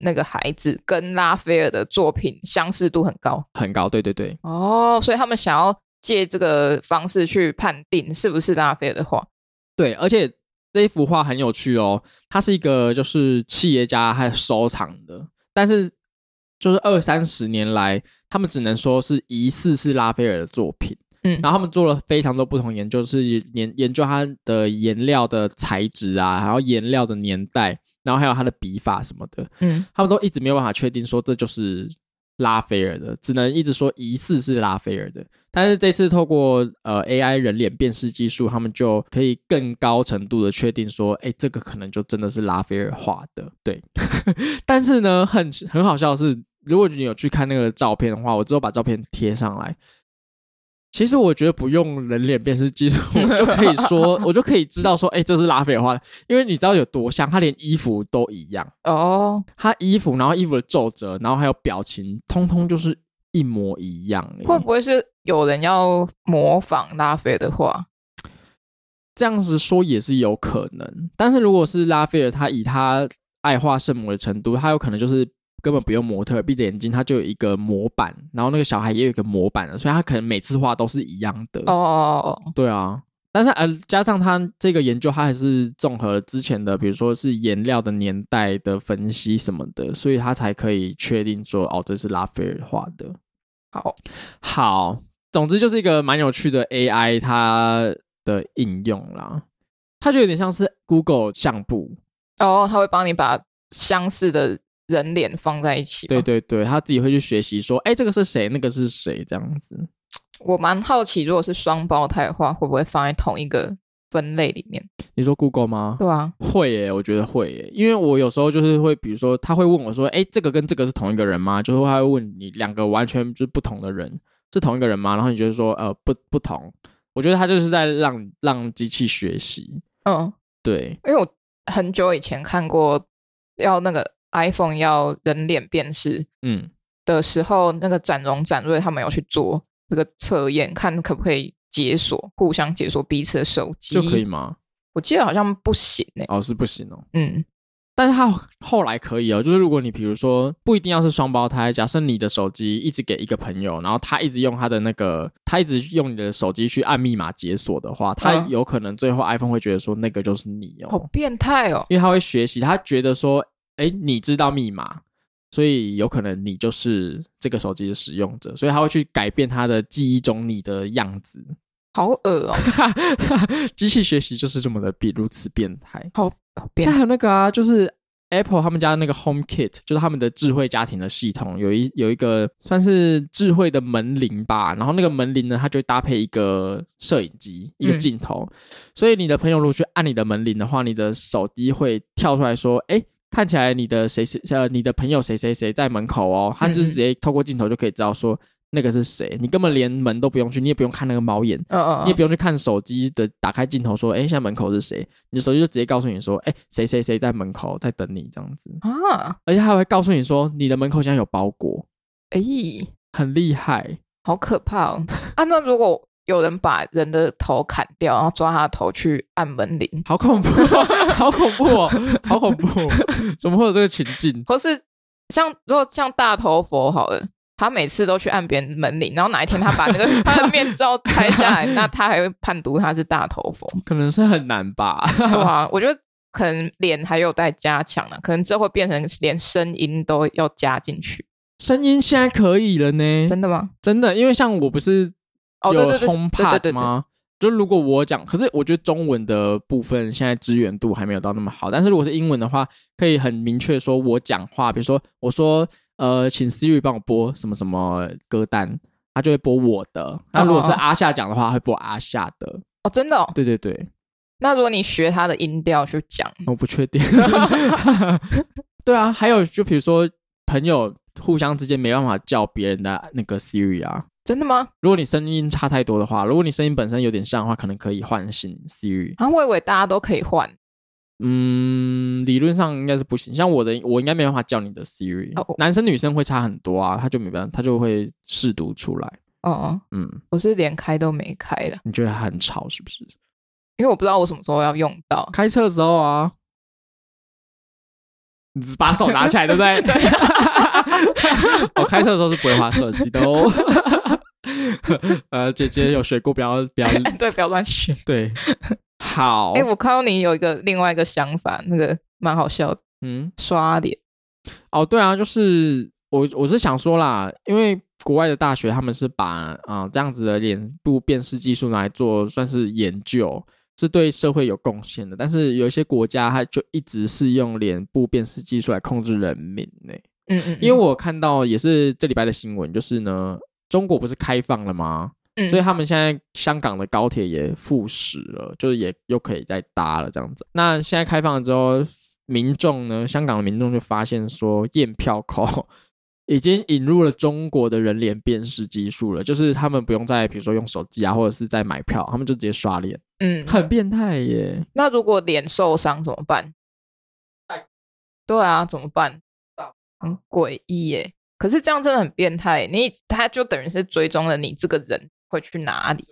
Speaker 1: 那个孩子跟拉斐尔的作品相似度很高
Speaker 2: 很高，对对对，
Speaker 1: 哦，所以他们想要借这个方式去判定是不是拉斐尔的画。
Speaker 2: 对，而且这一幅画很有趣哦，它是一个就是企业家还有收藏的，但是就是二三十年来，他们只能说是疑似是拉斐尔的作品。
Speaker 1: 嗯
Speaker 2: 然后他们做了非常多不同研究，是研研究它的颜料的材质啊，然后颜料的年代，然后还有它的笔法什么的，
Speaker 1: 嗯，
Speaker 2: 他们都一直没有办法确定说这就是拉斐尔的，只能一直说疑似是拉斐尔的。但是这次透过呃 AI 人脸辨识技术，他们就可以更高程度的确定说，哎，这个可能就真的是拉斐尔画的。对， *laughs* 但是呢，很很好笑的是，如果你有去看那个照片的话，我之后把照片贴上来。其实我觉得不用人脸辨识技术，我就可以说，我就可以知道说，哎、这是拉斐尔画的，因为你知道有多像，他连衣服都一样。
Speaker 1: 哦，
Speaker 2: 他衣服，然后衣服的皱褶，然后还有表情，通通就是一模一样欸。
Speaker 1: 会不会是有人要模仿拉斐尔的画？
Speaker 2: 这样子说也是有可能，但是如果是拉斐尔，他以他爱画圣母的程度，他有可能就是根本不用模特，闭着眼睛他就有一个模板，然后那个小孩也有一个模板了，所以他可能每次画都是一样的。
Speaker 1: 哦哦哦，
Speaker 2: 对啊，但是呃，加上他这个研究，他还是综合之前的，比如说是颜料的年代的分析什么的，所以他才可以确定说，哦，这是拉斐尔画的。
Speaker 1: 好，
Speaker 2: 好，总之就是一个蛮有趣的 AI 它的应用啦，它就有点像是 Google 相簿，
Speaker 1: 哦，他会帮你把相似的人脸放在一起吗。
Speaker 2: 对对对，它自己会去学习说，哎，这个是谁，那个是谁这样子。
Speaker 1: 我蛮好奇，如果是双胞胎的话，会不会放在同一个分类里面？
Speaker 2: 你说 Google 吗？
Speaker 1: 对啊，
Speaker 2: 会耶、我觉得会耶、因为我有时候就是会，比如说他会问我说：“哎、这个跟这个是同一个人吗？”就是他会问你两个完全就是不同的人是同一个人吗？然后你就会说：“呃，不不同。”我觉得他就是在让让机器学习，
Speaker 1: 嗯，
Speaker 2: 对，
Speaker 1: 因为我很久以前看过要那个 iPhone 要人脸辨识
Speaker 2: 嗯，
Speaker 1: 的时候，那个展荣、展瑞他们有去做这个测验，看可不可以解锁互相解锁彼此的手机。
Speaker 2: 就可以吗？
Speaker 1: 我记得好像不行诶、
Speaker 2: 哦，是不行哦。
Speaker 1: 嗯，
Speaker 2: 但是他后来可以哦，就是如果你比如说不一定要是双胞胎，假设你的手机一直给一个朋友，然后他一直用他的那个，他一直用你的手机去按密码解锁的话，他
Speaker 1: 嗯
Speaker 2: 有可能最后 iPhone 会觉得说那个就是你哦，
Speaker 1: 好变态哦。
Speaker 2: 因为他会学习，他觉得说，哎，你知道密码，所以有可能你就是这个手机的使用者，所以他会去改变他的记忆中你的样子。 *laughs*
Speaker 1: 好恶哦，
Speaker 2: 机器学习就是这么的变如此变态。
Speaker 1: 好
Speaker 2: 现
Speaker 1: 变
Speaker 2: 在
Speaker 1: 态
Speaker 2: 还有那个啊，就是 Apple 他们家的那个 Home Kit，就是他们的智慧家庭的系统，有一有一个算是智慧的门铃吧，然后那个门铃呢，它就会搭配一个摄影机，一个
Speaker 1: 嗯
Speaker 2: 镜头，所以你的朋友如果去按你的门铃的话，你的手机会跳出来说，哎。看起来你的谁谁呃，你的朋友谁谁谁在门口哦，他就
Speaker 1: 嗯嗯
Speaker 2: 是直接透过镜头就可以知道说那个是谁，你根本连门都不用去，你也不用看那个猫眼，
Speaker 1: 嗯嗯，
Speaker 2: 你也不用去看手机的打开镜头说，哎、现在门口是谁？你的手机就直接告诉你说，哎、谁谁谁在门口在等你这样子，
Speaker 1: 嗯啊，
Speaker 2: 而且他还会告诉你说，你的门口现在有包裹，
Speaker 1: 哎、
Speaker 2: 很厉害。
Speaker 1: 好可怕哦！啊，那如果有人把人的头砍掉，然后抓他的头去按门铃，
Speaker 2: 好恐怖、哦， *laughs* 好恐怖哦，好恐怖、哦！ *laughs* 怎么会有这个情境？
Speaker 1: 或是像如果像大头佛好了，他每次都去按别人门铃，然后哪一天他把那个 *laughs* 他的面罩拆下
Speaker 2: *laughs*
Speaker 1: 来，那他还会判读他是大头佛，
Speaker 2: 可能是很难吧。 *laughs*
Speaker 1: 对吧？我觉得可能脸还有待加强啊了，可能这会变成连声音都要加进去，
Speaker 2: 声音现在可以了呢，
Speaker 1: 真的吗？
Speaker 2: 真的，因为像我不是
Speaker 1: 哦，对
Speaker 2: 有
Speaker 1: 对对，对对
Speaker 2: HomePod
Speaker 1: 对对，
Speaker 2: 吗？就如果我讲，可是我觉得中文的部分现在支援度还没有到那么好，但是如果是英文的话，可以很明确说我讲话，比如说我说呃，请 Siri 帮我播什么什么歌单，它就会播我的。那如果是
Speaker 1: 哦哦
Speaker 2: 阿夏讲的话，它会播阿夏的。
Speaker 1: 哦，真的哦。
Speaker 2: 对对对，
Speaker 1: 那如果你学他的音调去讲，
Speaker 2: 我不确
Speaker 1: *laughs*
Speaker 2: 定。 *laughs* 对啊，还有就比如说朋友互相之间没办法叫别人的那个 Siri 啊，
Speaker 1: 真的吗？
Speaker 2: 如果你声音差太多的话，如果你声音本身有点像的话，可能可以换新 Siri。
Speaker 1: 啊，我以为大家都可以换。
Speaker 2: 嗯，理论上应该是不行。像我的，我应该没办法叫你的 Siri。
Speaker 1: 哦
Speaker 2: 男生女生会差很多啊，他就没办法，他就会试读出来。
Speaker 1: 哦哦，
Speaker 2: 嗯，
Speaker 1: 我是连开都没开的，
Speaker 2: 你觉得他很吵是不是？
Speaker 1: 因为我不知道我什么时候要用到。 *laughs*
Speaker 2: 开车的时候啊，你只把手拿起来，对
Speaker 1: *laughs*
Speaker 2: 不对？ *laughs* 我开车的时候是不会滑手机的
Speaker 1: *laughs*
Speaker 2: 哦。呃，姐姐有学过，不要不要
Speaker 1: 对，不要乱学。 *laughs*
Speaker 2: 对。好，
Speaker 1: 哎、我看到你有一个另外一个想法，那个蛮好笑的，
Speaker 2: 嗯，
Speaker 1: 刷脸。
Speaker 2: 哦，对啊，就是我我是想说啦，因为国外的大学他们是把啊、呃这样子的脸部辨识技术拿来做算是研究，是对社会有贡献的。但是有一些国家它就一直是用脸部辨识技术来控制人民呢、
Speaker 1: 嗯嗯，
Speaker 2: 因为我看到也是这礼拜的新闻，就是呢，中国不是开放了吗？
Speaker 1: 嗯
Speaker 2: 所以他们现在香港的高铁也复驶了，就是也又可以再搭了这样子。那现在开放了之后，民众呢，香港的民众就发现说，验票口已经引入了中国的人脸辨识技术了，就是他们不用再比如说用手机啊，或者是在买票，他们就直接刷脸，
Speaker 1: 嗯，
Speaker 2: 很变态耶。
Speaker 1: 那如果脸受伤怎么办？对啊，怎么办？很诡异耶。可是这样真的很变态，你他就等于是追踪了你这个人会去哪里。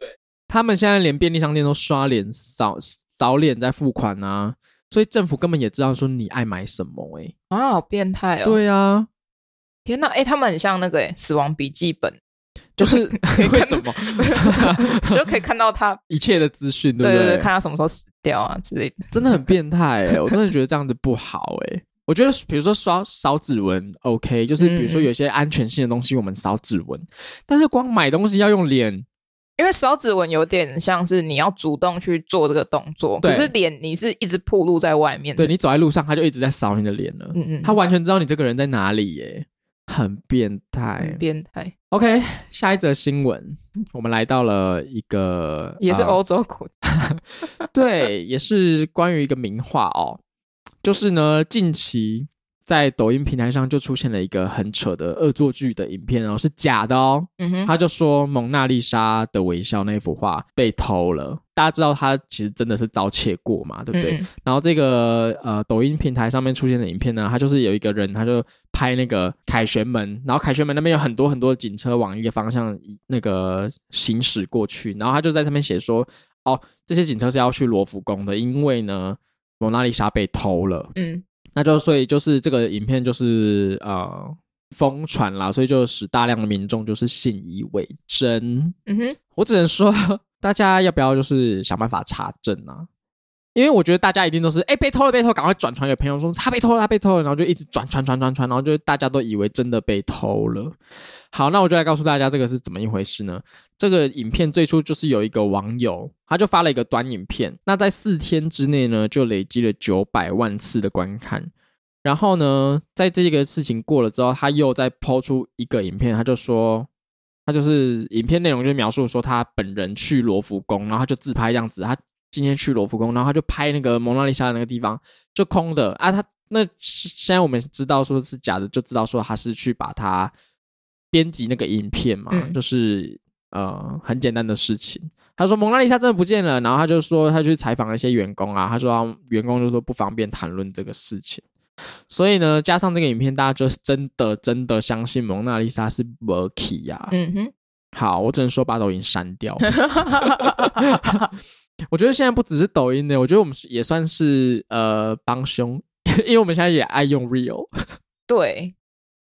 Speaker 2: 他们现在连便利商店都刷脸扫扫脸在付款啊，所以政府根本也知道说你爱买什么诶、
Speaker 1: 啊，好变态哦！，
Speaker 2: 对啊，
Speaker 1: 天哪，哎、他们很像那个诶死亡笔记本》，
Speaker 2: 就是 *laughs* 为什么
Speaker 1: 你就可以看到
Speaker 2: *laughs*
Speaker 1: 他，
Speaker 2: 一切的资讯，
Speaker 1: 对
Speaker 2: 不
Speaker 1: 对，看他什么时候死掉啊之类的。
Speaker 2: 真的很变态欸
Speaker 1: *laughs*
Speaker 2: 诶、我真的觉得这样子不好诶、我觉得，比如说刷扫指纹，OK，就是比如说
Speaker 1: 嗯嗯
Speaker 2: 有一些安全性的东西，我们扫指纹，但是光买东西要用
Speaker 1: 嗯
Speaker 2: 脸，
Speaker 1: 因为手指纹有点像是你要主动去做这个动作，
Speaker 2: 对
Speaker 1: 可是脸你是一直暴露在外面的。
Speaker 2: 对你走在路上，他就一直在扫你的脸了，
Speaker 1: 嗯嗯，
Speaker 2: 他完全知道你这个人在哪里耶、欸很变态。
Speaker 1: 很嗯变态，
Speaker 2: OK，下一则新闻，我们来到了一个
Speaker 1: 也是
Speaker 2: 呃
Speaker 1: 欧洲国家。 *laughs*
Speaker 2: 对，也是关于一个名画哦，就是呢，近期在抖音平台上就出现了一个很扯的恶作剧的影片哦，是假的哦。
Speaker 1: 嗯哼，
Speaker 2: 他就说《蒙娜丽莎的微笑》那幅画被偷了，大家知道他其实真的是遭窃过嘛，对不对？
Speaker 1: 嗯嗯
Speaker 2: 然后这个呃抖音平台上面出现的影片呢，它就是有一个人，他就拍那个凯旋门，然后凯旋门那边有很多很多的警车往一个方向那个行驶过去，然后他就在上面写说，哦，这些警车是要去罗浮宫的，因为呢蒙娜丽莎被偷了，
Speaker 1: 嗯，
Speaker 2: 那就所以就是这个影片就是呃疯传啦，所以就使大量的民众就是信以为真。
Speaker 1: 嗯哼，
Speaker 2: 我只能说，大家要不要就是想办法查证啊？因为我觉得大家一定都是，哎、被偷了，被偷了，赶快转传给朋友说他被偷了，他被偷了，然后就一直转传传传传，然后就大家都以为真的被偷了。好，那我就来告诉大家这个是怎么一回事呢？这个影片最初就是有一个网友，他就发了一个短影片，那在四天之内呢，就累积了九百万次的观看。然后呢，在这个事情过了之后，他又再抛出一个影片，他就说，他就是影片内容就描述说他本人去罗浮宫，然后他就自拍这样子，他今天去罗浮宫，然后他就拍那个蒙娜丽莎的那个地方就空的啊，他那现在我们知道说是假的，就知道说他是去把它编辑那个影片嘛，
Speaker 1: 嗯
Speaker 2: 就是呃很简单的事情。他说蒙娜丽莎真的不见了，然后他就说他去采访了一些员工啊，他说他员工就说不方便谈论这个事情。所以呢，加上这个影片，大家就是真的真的相信蒙娜丽莎是 m u r k y 呀、
Speaker 1: *laughs* 嗯哼。
Speaker 2: 啊好，我只能说把抖音删掉。我觉得现在不只是抖音呢，我觉得我们也算是呃帮凶， *laughs* 因为我们现在也爱用 Real。
Speaker 1: 对，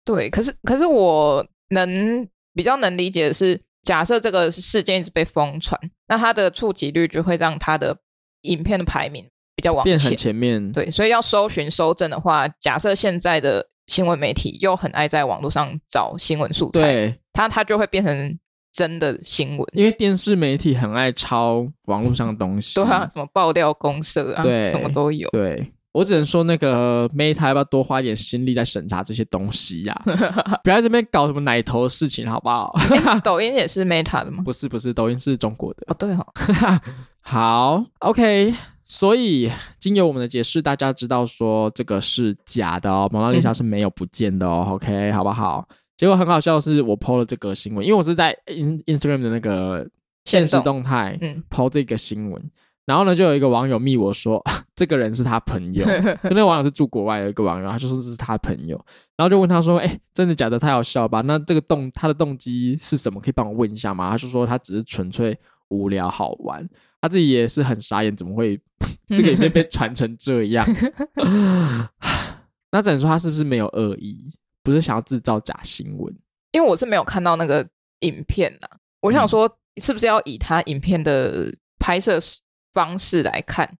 Speaker 1: 对，可是可是我能比较能理解的是，假设这个事件一直被疯传，那它的触及率就会让它的影片的排名比较往
Speaker 2: 变
Speaker 1: 前
Speaker 2: 很。前面，
Speaker 1: 对，所以要搜寻搜证的话，假设现在的新闻媒体又很爱在网络上找新闻素材，
Speaker 2: 对，
Speaker 1: 它它就会变成真的新闻。
Speaker 2: 因为电视媒体很爱抄网络上的东西。
Speaker 1: 对啊，什么爆料公社啊，
Speaker 2: 对
Speaker 1: 什么都有。
Speaker 2: 对我只能说，那个 Meta 要不要多花一点心力在审查这些东西
Speaker 1: *laughs*
Speaker 2: 呀、不要在这边搞什么奶头的事情，好不好？ *laughs*
Speaker 1: 诶抖音也是 Meta 的吗？
Speaker 2: 不是不是，抖音是中国的。
Speaker 1: 哦，对哦，
Speaker 2: 好，OK。所以经由我们的解释，大家知道说这个是假的哦，蒙
Speaker 1: 嗯
Speaker 2: 娜丽莎是没有不见的哦、o k 好不好？结果很好笑的是，我 PO 了这个新闻，因为我是在 In Instagram 的那个现实
Speaker 1: 动
Speaker 2: 动态
Speaker 1: 嗯
Speaker 2: PO 这个新闻，然后呢，就有一个网友密我说， *laughs* 这个人是他朋友，就那个网友是住国外，有一个网友，他就说这是他朋友，然后就问他说：“哎、真的假的？太好笑了吧？那这个动他的动机是什么？可以帮我问一下吗？”他就说他只是纯粹无聊好玩，他自己也是很傻眼，怎么会这个影片被传成这样？ *laughs* 那只能说他是不是没有恶意，不是想要制造假新闻？
Speaker 1: 因为我是没有看到那个影片呐、我想说是不是要以他影片的拍摄方式来看？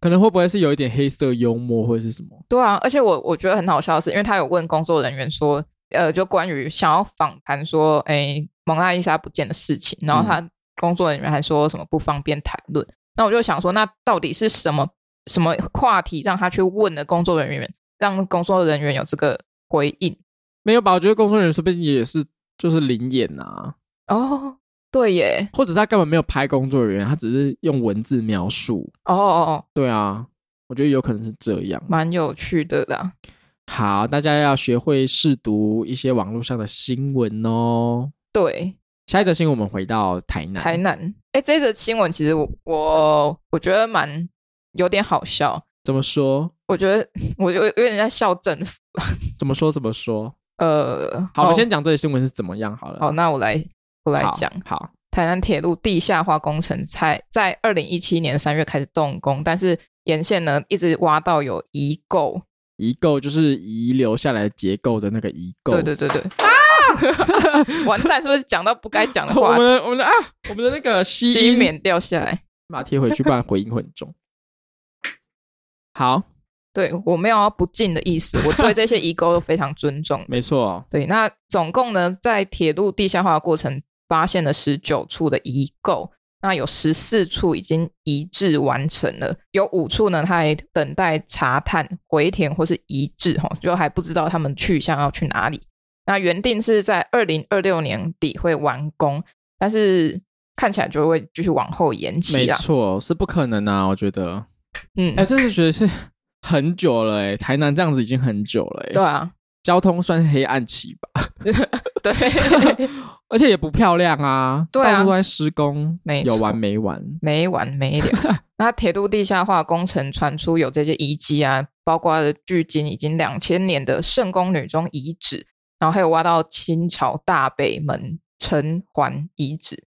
Speaker 2: 可能会不会是有一点黑色幽默或者是什么？
Speaker 1: 对啊，而且我我觉得很好笑的是，因为他有问工作人员说，呃，就关于想要访谈说，哎，蒙娜丽莎不见的事情，然后他工作人员还说什么不方便谈论。那我就想说，那到底是什么什么话题让他去问的工作人员，让工作人员有这个回应？
Speaker 2: 没有吧？我觉得工作人员说不定也是就是灵眼啊，
Speaker 1: 哦，对耶，
Speaker 2: 或者他根本没有拍工作人员，他只是用文字描述。
Speaker 1: 哦哦哦，
Speaker 2: 对啊，我觉得有可能是这样。
Speaker 1: 蛮有趣的啦。
Speaker 2: 好，大家要学会试读一些网络上的新闻哦。
Speaker 1: 对，
Speaker 2: 下一则新闻，我们回到台南。
Speaker 1: 台南，哎，这则新闻其实我我我觉得蛮有点好笑，
Speaker 2: 怎么说？
Speaker 1: 我觉得我有有点在笑政府。
Speaker 2: 怎么说？怎么说？
Speaker 1: 呃，
Speaker 2: 好，我们先讲这则新闻是怎么样好了。
Speaker 1: 好，那我来我来
Speaker 2: 好
Speaker 1: 讲
Speaker 2: 好，
Speaker 1: 台南铁路地下化工程才在二零一七年三月开始动工，但是沿线呢一直挖到有遗构，
Speaker 2: 遗构就是遗留下来结构的那个遗构。
Speaker 1: 对对对对，啊， *laughs* 完蛋，是不是讲到不该讲的
Speaker 2: 我
Speaker 1: 话
Speaker 2: 们
Speaker 1: 题？
Speaker 2: 的我们的啊，我们的那个吸
Speaker 1: 机
Speaker 2: 音
Speaker 1: 免掉下来，
Speaker 2: 把它贴回去，不然回音会很重。好，
Speaker 1: 对我没有要不敬的意思，我对这些遗构都非常尊
Speaker 2: *laughs*
Speaker 1: 重。
Speaker 2: 没错，哦
Speaker 1: 对，那总共呢，在铁路地下化的过程发现了十九处的遗构，那有十四处已经移置完成了，有五处呢，它还等待查探、回填或是移置，哈，就还不知道他们去向要去哪里。那原定是在二零二六年底会完工，但是看起来就会继续往后延
Speaker 2: 没
Speaker 1: 期啊。
Speaker 2: 错，是不可能啊，我觉得。
Speaker 1: 嗯
Speaker 2: 哎、，真是觉得是很久了哎、台南这样子已经很久了哎、
Speaker 1: 对啊，
Speaker 2: 交通算是黑暗期吧， *laughs*
Speaker 1: 对， *laughs*
Speaker 2: 而且也不漂亮啊，
Speaker 1: 对啊
Speaker 2: 到处都在施工，
Speaker 1: 没
Speaker 2: 有
Speaker 1: 错
Speaker 2: 完没完。
Speaker 1: 没完没了。那铁路地下化工程传出有这些遗迹啊，包括了距今已经两千年的圣宫女中遗址，然后还有挖到清朝大北门城环遗址。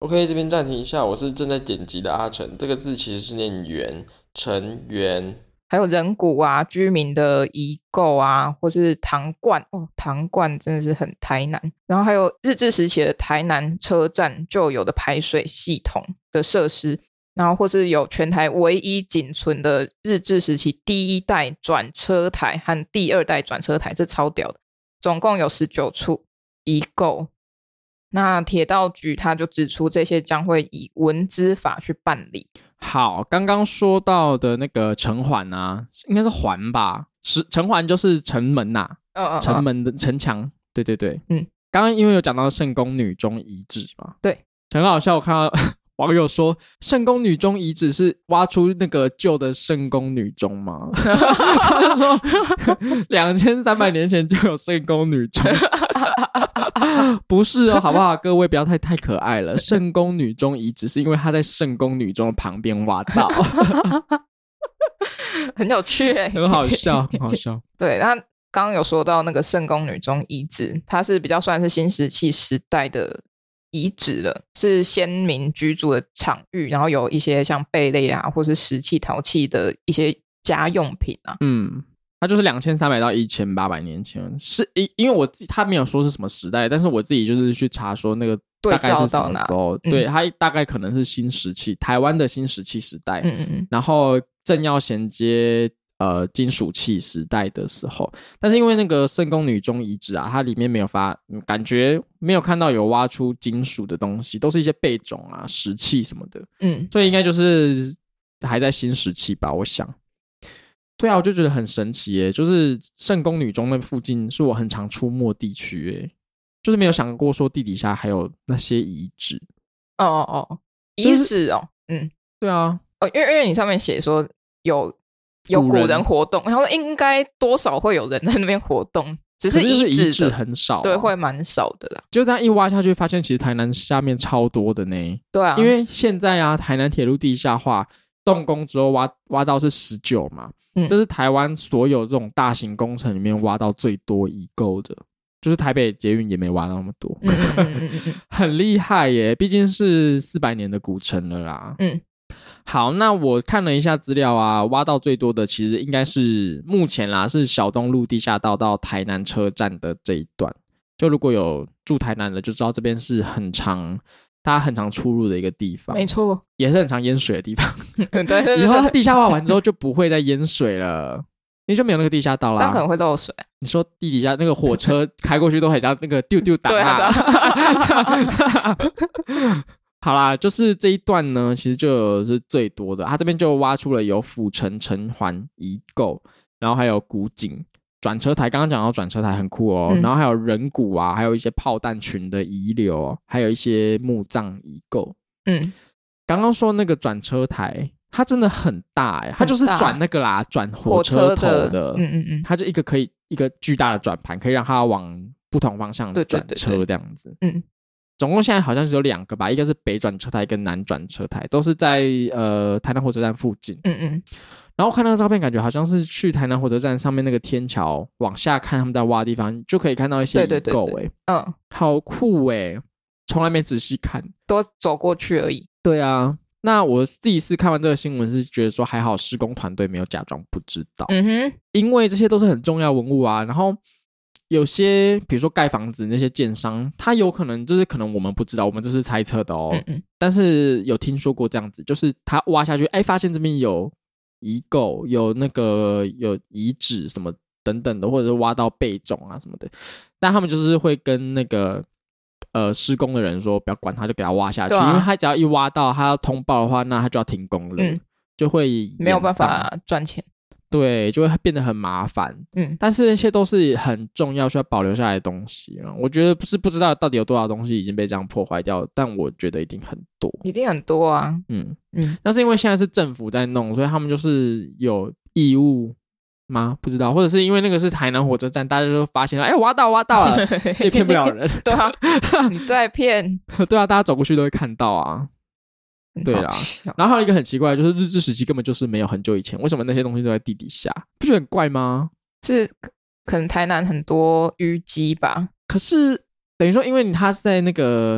Speaker 3: OK，这边暂停一下，我是正在剪辑的阿成，这个字其实是念元，成元。
Speaker 1: 还有人骨啊、居民的遗构啊，或是糖罐哦，糖罐真的是很台南。然后还有日治时期的台南车站旧有的排水系统的设施，然后或是有全台唯一仅存的日治时期第一代转车台和第二代转车台，这超屌的，总共有十九处遗构。那铁道局他就指出，这些将会以文资法去办理。
Speaker 2: 好，刚刚说到的那个城环啊，应该是环吧？是城环就是城门呐、
Speaker 1: 嗯嗯
Speaker 2: 城门的城墙，对对对，
Speaker 1: 嗯，
Speaker 2: 刚刚因为有讲到圣宫女中遗址嘛，
Speaker 1: 对，
Speaker 2: 很好笑，我看到 *laughs* 网友说圣宫女中遗址是挖出那个旧的圣宫女中
Speaker 1: *laughs*
Speaker 2: 吗？他就说 *laughs* 两千三百年前就有圣宫女中， *laughs* 不是哦，好不好？各位不要太太可爱
Speaker 1: *laughs*
Speaker 2: 了，圣宫女中遗址是因为它在圣宫女中的旁边挖
Speaker 1: *laughs*
Speaker 2: 到，
Speaker 1: 嗯，很有趣、欸，
Speaker 2: 很好笑，很好笑。
Speaker 1: 对，那刚刚有说到那个圣宫女中遗址，它是比较算是新石器时代的遗址了，是先民居住的场域，然后有一些像贝类啊，或是石器、陶器的一些家用品啊。
Speaker 2: 嗯，它就是两千三百到一千八百年前，是因因为我自己他没有说是什么时代，但是我自己就是去查说那个
Speaker 1: 对
Speaker 2: 大概
Speaker 1: 照
Speaker 2: 是什
Speaker 1: 到
Speaker 2: 么
Speaker 1: 哪
Speaker 2: 时候，
Speaker 1: 嗯
Speaker 2: 对，它大概可能是新石器，台湾的新石器时代，
Speaker 1: 嗯嗯嗯，
Speaker 2: 然后正要衔接呃金属器时代的时候，但是因为那个圣宫女中遗址啊，它里面没有发，嗯感觉没有看到有挖出金属的东西，都是一些贝种啊、石器什么的，
Speaker 1: 嗯，
Speaker 2: 所以应该就是还在新时期吧，我想。对啊，我就觉得很神奇耶，就是圣宫女中那附近是我很常出没地区耶，就是没有想过说地底下还有那些遗址。
Speaker 1: 哦哦哦，
Speaker 2: 就
Speaker 1: 遗
Speaker 2: 是
Speaker 1: 址哦，嗯，
Speaker 2: 对啊，
Speaker 1: 哦，因为因为你上面写说有有
Speaker 2: 古
Speaker 1: 古
Speaker 2: 人
Speaker 1: 人活动，然后应该多少会有人在那边活动，只
Speaker 2: 可就是
Speaker 1: 遗
Speaker 2: 遗
Speaker 1: 址的，
Speaker 2: 很少啊、
Speaker 1: 对，会蛮少的啦。
Speaker 2: 就这样一挖下去，发现其实台南下面超多的呢。
Speaker 1: 对啊，
Speaker 2: 因为现在啊，台南铁路地下化动工之后挖挖到是十九嘛，
Speaker 1: 嗯
Speaker 2: 这是台湾所有这种大型工程里面挖到最多遗构的，就是台北捷运也没挖到那么多，
Speaker 1: 嗯嗯嗯嗯嗯嗯。
Speaker 2: 很厉害耶，毕竟是四百年的古城了啦。
Speaker 1: 嗯，
Speaker 2: 好，那我看了一下资料啊，挖到最多的其实应该是目前啦，是小东路地下道到台南车站的这一段。就如果有住台南的，就知道这边是很常大家很常出入的一个地方，
Speaker 1: 没错，
Speaker 2: 也是很常淹水的地方。
Speaker 1: 对对对
Speaker 2: 以后它
Speaker 1: 对，
Speaker 2: 地下化完之后就不会再淹水了，因为就没有那个地下道
Speaker 1: 但可
Speaker 2: 啦
Speaker 1: 能。会漏水。
Speaker 2: 你说地底下那个火车开过去都很像那个丢丢打
Speaker 1: 对啊
Speaker 2: 啊。 *laughs* 好啦，就是这一段呢，其实就是最多的。它这边就挖出了有府城城环遗构，然后还有古井、转车台。刚刚讲到转车台很酷哦，
Speaker 1: 嗯
Speaker 2: 然后还有人骨啊，还有一些炮弹群的遗留哦，还有一些墓葬遗构。
Speaker 1: 嗯，
Speaker 2: 刚刚说那个转车台，它真的很大哎、它就是
Speaker 1: 很大
Speaker 2: 转那个啦，转
Speaker 1: 火
Speaker 2: 火车头
Speaker 1: 的，
Speaker 2: 的，
Speaker 1: 嗯嗯嗯，
Speaker 2: 它就一个可以一个巨大的转盘，可以让它往不同方向
Speaker 1: 对对
Speaker 2: 转
Speaker 1: 对
Speaker 2: 车这样子。
Speaker 1: 嗯，
Speaker 2: 总共现在好像只有两个吧，一个是北转车台，跟南转车台，都是在呃台南火车站附近。
Speaker 1: 嗯嗯，
Speaker 2: 然后看那个照片，感觉好像是去台南火车站上面那个天桥往下看他们在挖的地方，就可以看到一些
Speaker 1: 对
Speaker 2: 遗
Speaker 1: 对对
Speaker 2: 构
Speaker 1: 对
Speaker 2: 哎、
Speaker 1: 嗯，
Speaker 2: 好酷哎、从来没仔细看。
Speaker 1: 多走过去而已。
Speaker 2: 对啊，那我自己是看完这个新闻是觉得说还好施工团队没有假装不知道，
Speaker 1: 嗯哼，
Speaker 2: 因为这些都是很重要文物啊。然后有些比如说盖房子那些建商，他有可能就是可能我们不知道，我们这是猜测的哦。
Speaker 1: 嗯嗯，
Speaker 2: 但是有听说过这样子，就是他挖下去，哎，发现这边有遗构，有那个有遗址什么等等的，或者是挖到贝种啊什么的，但他们就是会跟那个呃施工的人说，不要管他，就给他挖下去，
Speaker 1: 对啊
Speaker 2: 因为他只要一挖到，他要通报的话，那他就要停工了，
Speaker 1: 嗯
Speaker 2: 就会
Speaker 1: 没有
Speaker 2: 延宕
Speaker 1: 办，法赚钱。
Speaker 2: 对，就会变得很麻烦。
Speaker 1: 嗯，
Speaker 2: 但是那些都是很重要需要保留下来的东西啊。我觉得不是不知道到底有多少东西已经被这样破坏掉，但我觉得一定很多。
Speaker 1: 一定很多啊。
Speaker 2: 嗯
Speaker 1: 嗯，
Speaker 2: 那是因为现在是政府在弄，所以他们就是有义务吗？不知道，或者是因为那个是台南火车站，大家就发现了，哎、挖到挖到
Speaker 1: *laughs*
Speaker 2: 了， *laughs* 也骗不了人。 *laughs*
Speaker 1: 对啊，你在骗。
Speaker 2: 对啊，大家走过去都会看到啊。对啊
Speaker 1: 很好笑
Speaker 2: 然后还有一个很奇怪，就是日治时期根本就是没有很久以前，为什么那些东西都在地底下？不觉得很怪吗？
Speaker 1: 是可可能台南很多淤积吧，
Speaker 2: 可是等于说，因为它是在那个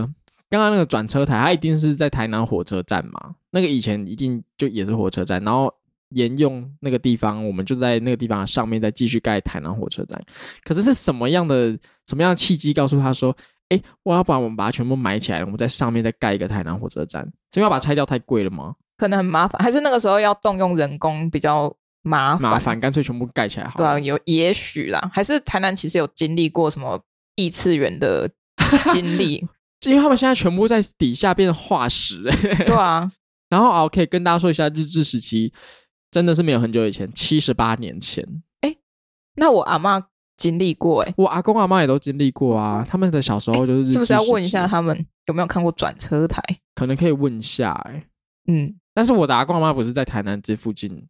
Speaker 2: 刚刚那个转车台，它一定是在台南火车站嘛，那个以前一定就也是火车站，然后沿用那个地方，我们就在那个地方上面再继续盖台南火车站。可是是什么样的什么样的契机告诉他说，哎，我要把我们把它全部埋起来，我们在上面再盖一个台南火车站？是因为要把它拆掉太贵了吗？
Speaker 1: 可能很麻烦，还是那个时候要动用人工比较麻
Speaker 2: 麻烦，干脆全部盖起来好
Speaker 1: 对
Speaker 2: 了。
Speaker 1: 啊，有也许啦，还是台南其实有经历过什么异次元的经
Speaker 2: *laughs*
Speaker 1: 历，
Speaker 2: 因为他们现在全部在底下变成化石、
Speaker 1: 对啊，
Speaker 2: 然后啊，我可以跟大家说一下，日治时期真的是没有很久以前，七十八年前，
Speaker 1: 那我阿嬷经历过哎、
Speaker 2: 我阿公阿妈也都经历过啊。他们的小时候就是日治
Speaker 1: 是不是要问一下
Speaker 2: 时期？
Speaker 1: 他们有没有看过转车台？
Speaker 2: 可能可以问一下哎、
Speaker 1: 嗯，
Speaker 2: 但是我的阿公阿妈不是在台南这附近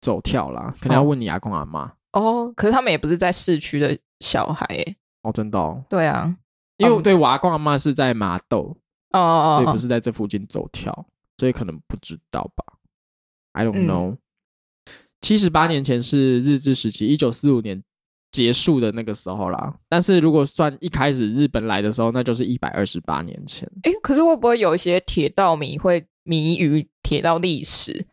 Speaker 2: 走跳啦，可能要问你阿公阿妈
Speaker 1: 哦，可是他们也不是在市区的小孩哎、
Speaker 2: 哦，真的、哦，
Speaker 1: 对啊，
Speaker 2: 因为我
Speaker 1: 嗯
Speaker 2: 对我阿公阿妈是在麻豆，
Speaker 1: 哦
Speaker 2: 所
Speaker 1: 哦哦
Speaker 2: 以不
Speaker 1: 哦，
Speaker 2: 是在这附近走跳，所以可能不知道吧。I don't
Speaker 1: 嗯
Speaker 2: know、七十八年前是日治时期，一九四五年结束的那个时候啦。但是如果算一开始日本来的时候，那就是一百二十八年前。
Speaker 1: 哎、可是会不会有一些铁道迷会迷于铁道历史，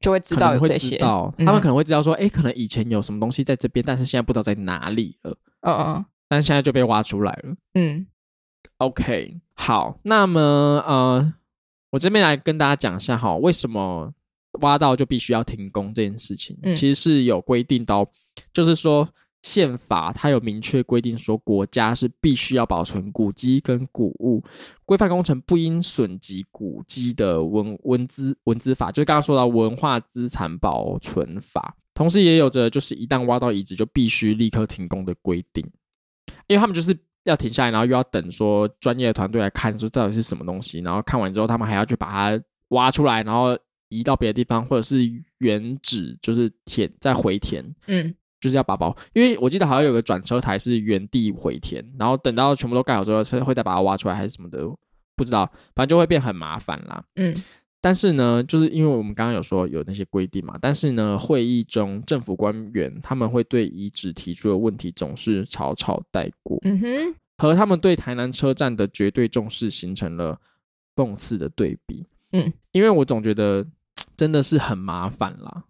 Speaker 1: 就会知
Speaker 2: 可
Speaker 1: 道
Speaker 2: 能
Speaker 1: 有
Speaker 2: 会
Speaker 1: 这
Speaker 2: 知
Speaker 1: 些？
Speaker 2: 道，
Speaker 1: 嗯
Speaker 2: 他们可能会知道说，哎、可能以前有什么东西在这边，但是现在不知道在哪里了，
Speaker 1: 嗯嗯
Speaker 2: 但现在就被挖出来了。
Speaker 1: 嗯，
Speaker 2: OK，好，那么呃，我这边来跟大家讲一下哈，为什么挖到就必须要停工这件事情，
Speaker 1: 嗯
Speaker 2: 其实是有规定到，就是说宪法它有明确规定说，国家是必须要保存古迹跟古物，规范工程不应损及古迹的文文资文资法，就是刚刚说到文化资产保存法，同时也有着就是一旦挖到遗址就必须立刻停工的规定。因为他们就是要停下来，然后又要等说专业的团队来看说到底是什么东西，然后看完之后他们还要去把它挖出来，然后移到别的地方，或者是原址就是填再回填，
Speaker 1: 嗯，
Speaker 2: 就是要把保，因为我记得好像有个转车台是原地回填，然后等到全部都盖好之后，才会再把它挖出来还是什么的，不知道，反正就会变很麻烦啦。
Speaker 1: 嗯，
Speaker 2: 但是呢，就是因为我们刚刚有说有那些规定嘛，但是呢，会议中政府官员他们会对遗址提出的问题总是草草带过，
Speaker 1: 嗯哼，
Speaker 2: 和他们对台南车站的绝对重视形成了讽刺的对比。
Speaker 1: 嗯，
Speaker 2: 因为我总觉得真的是很麻烦啦，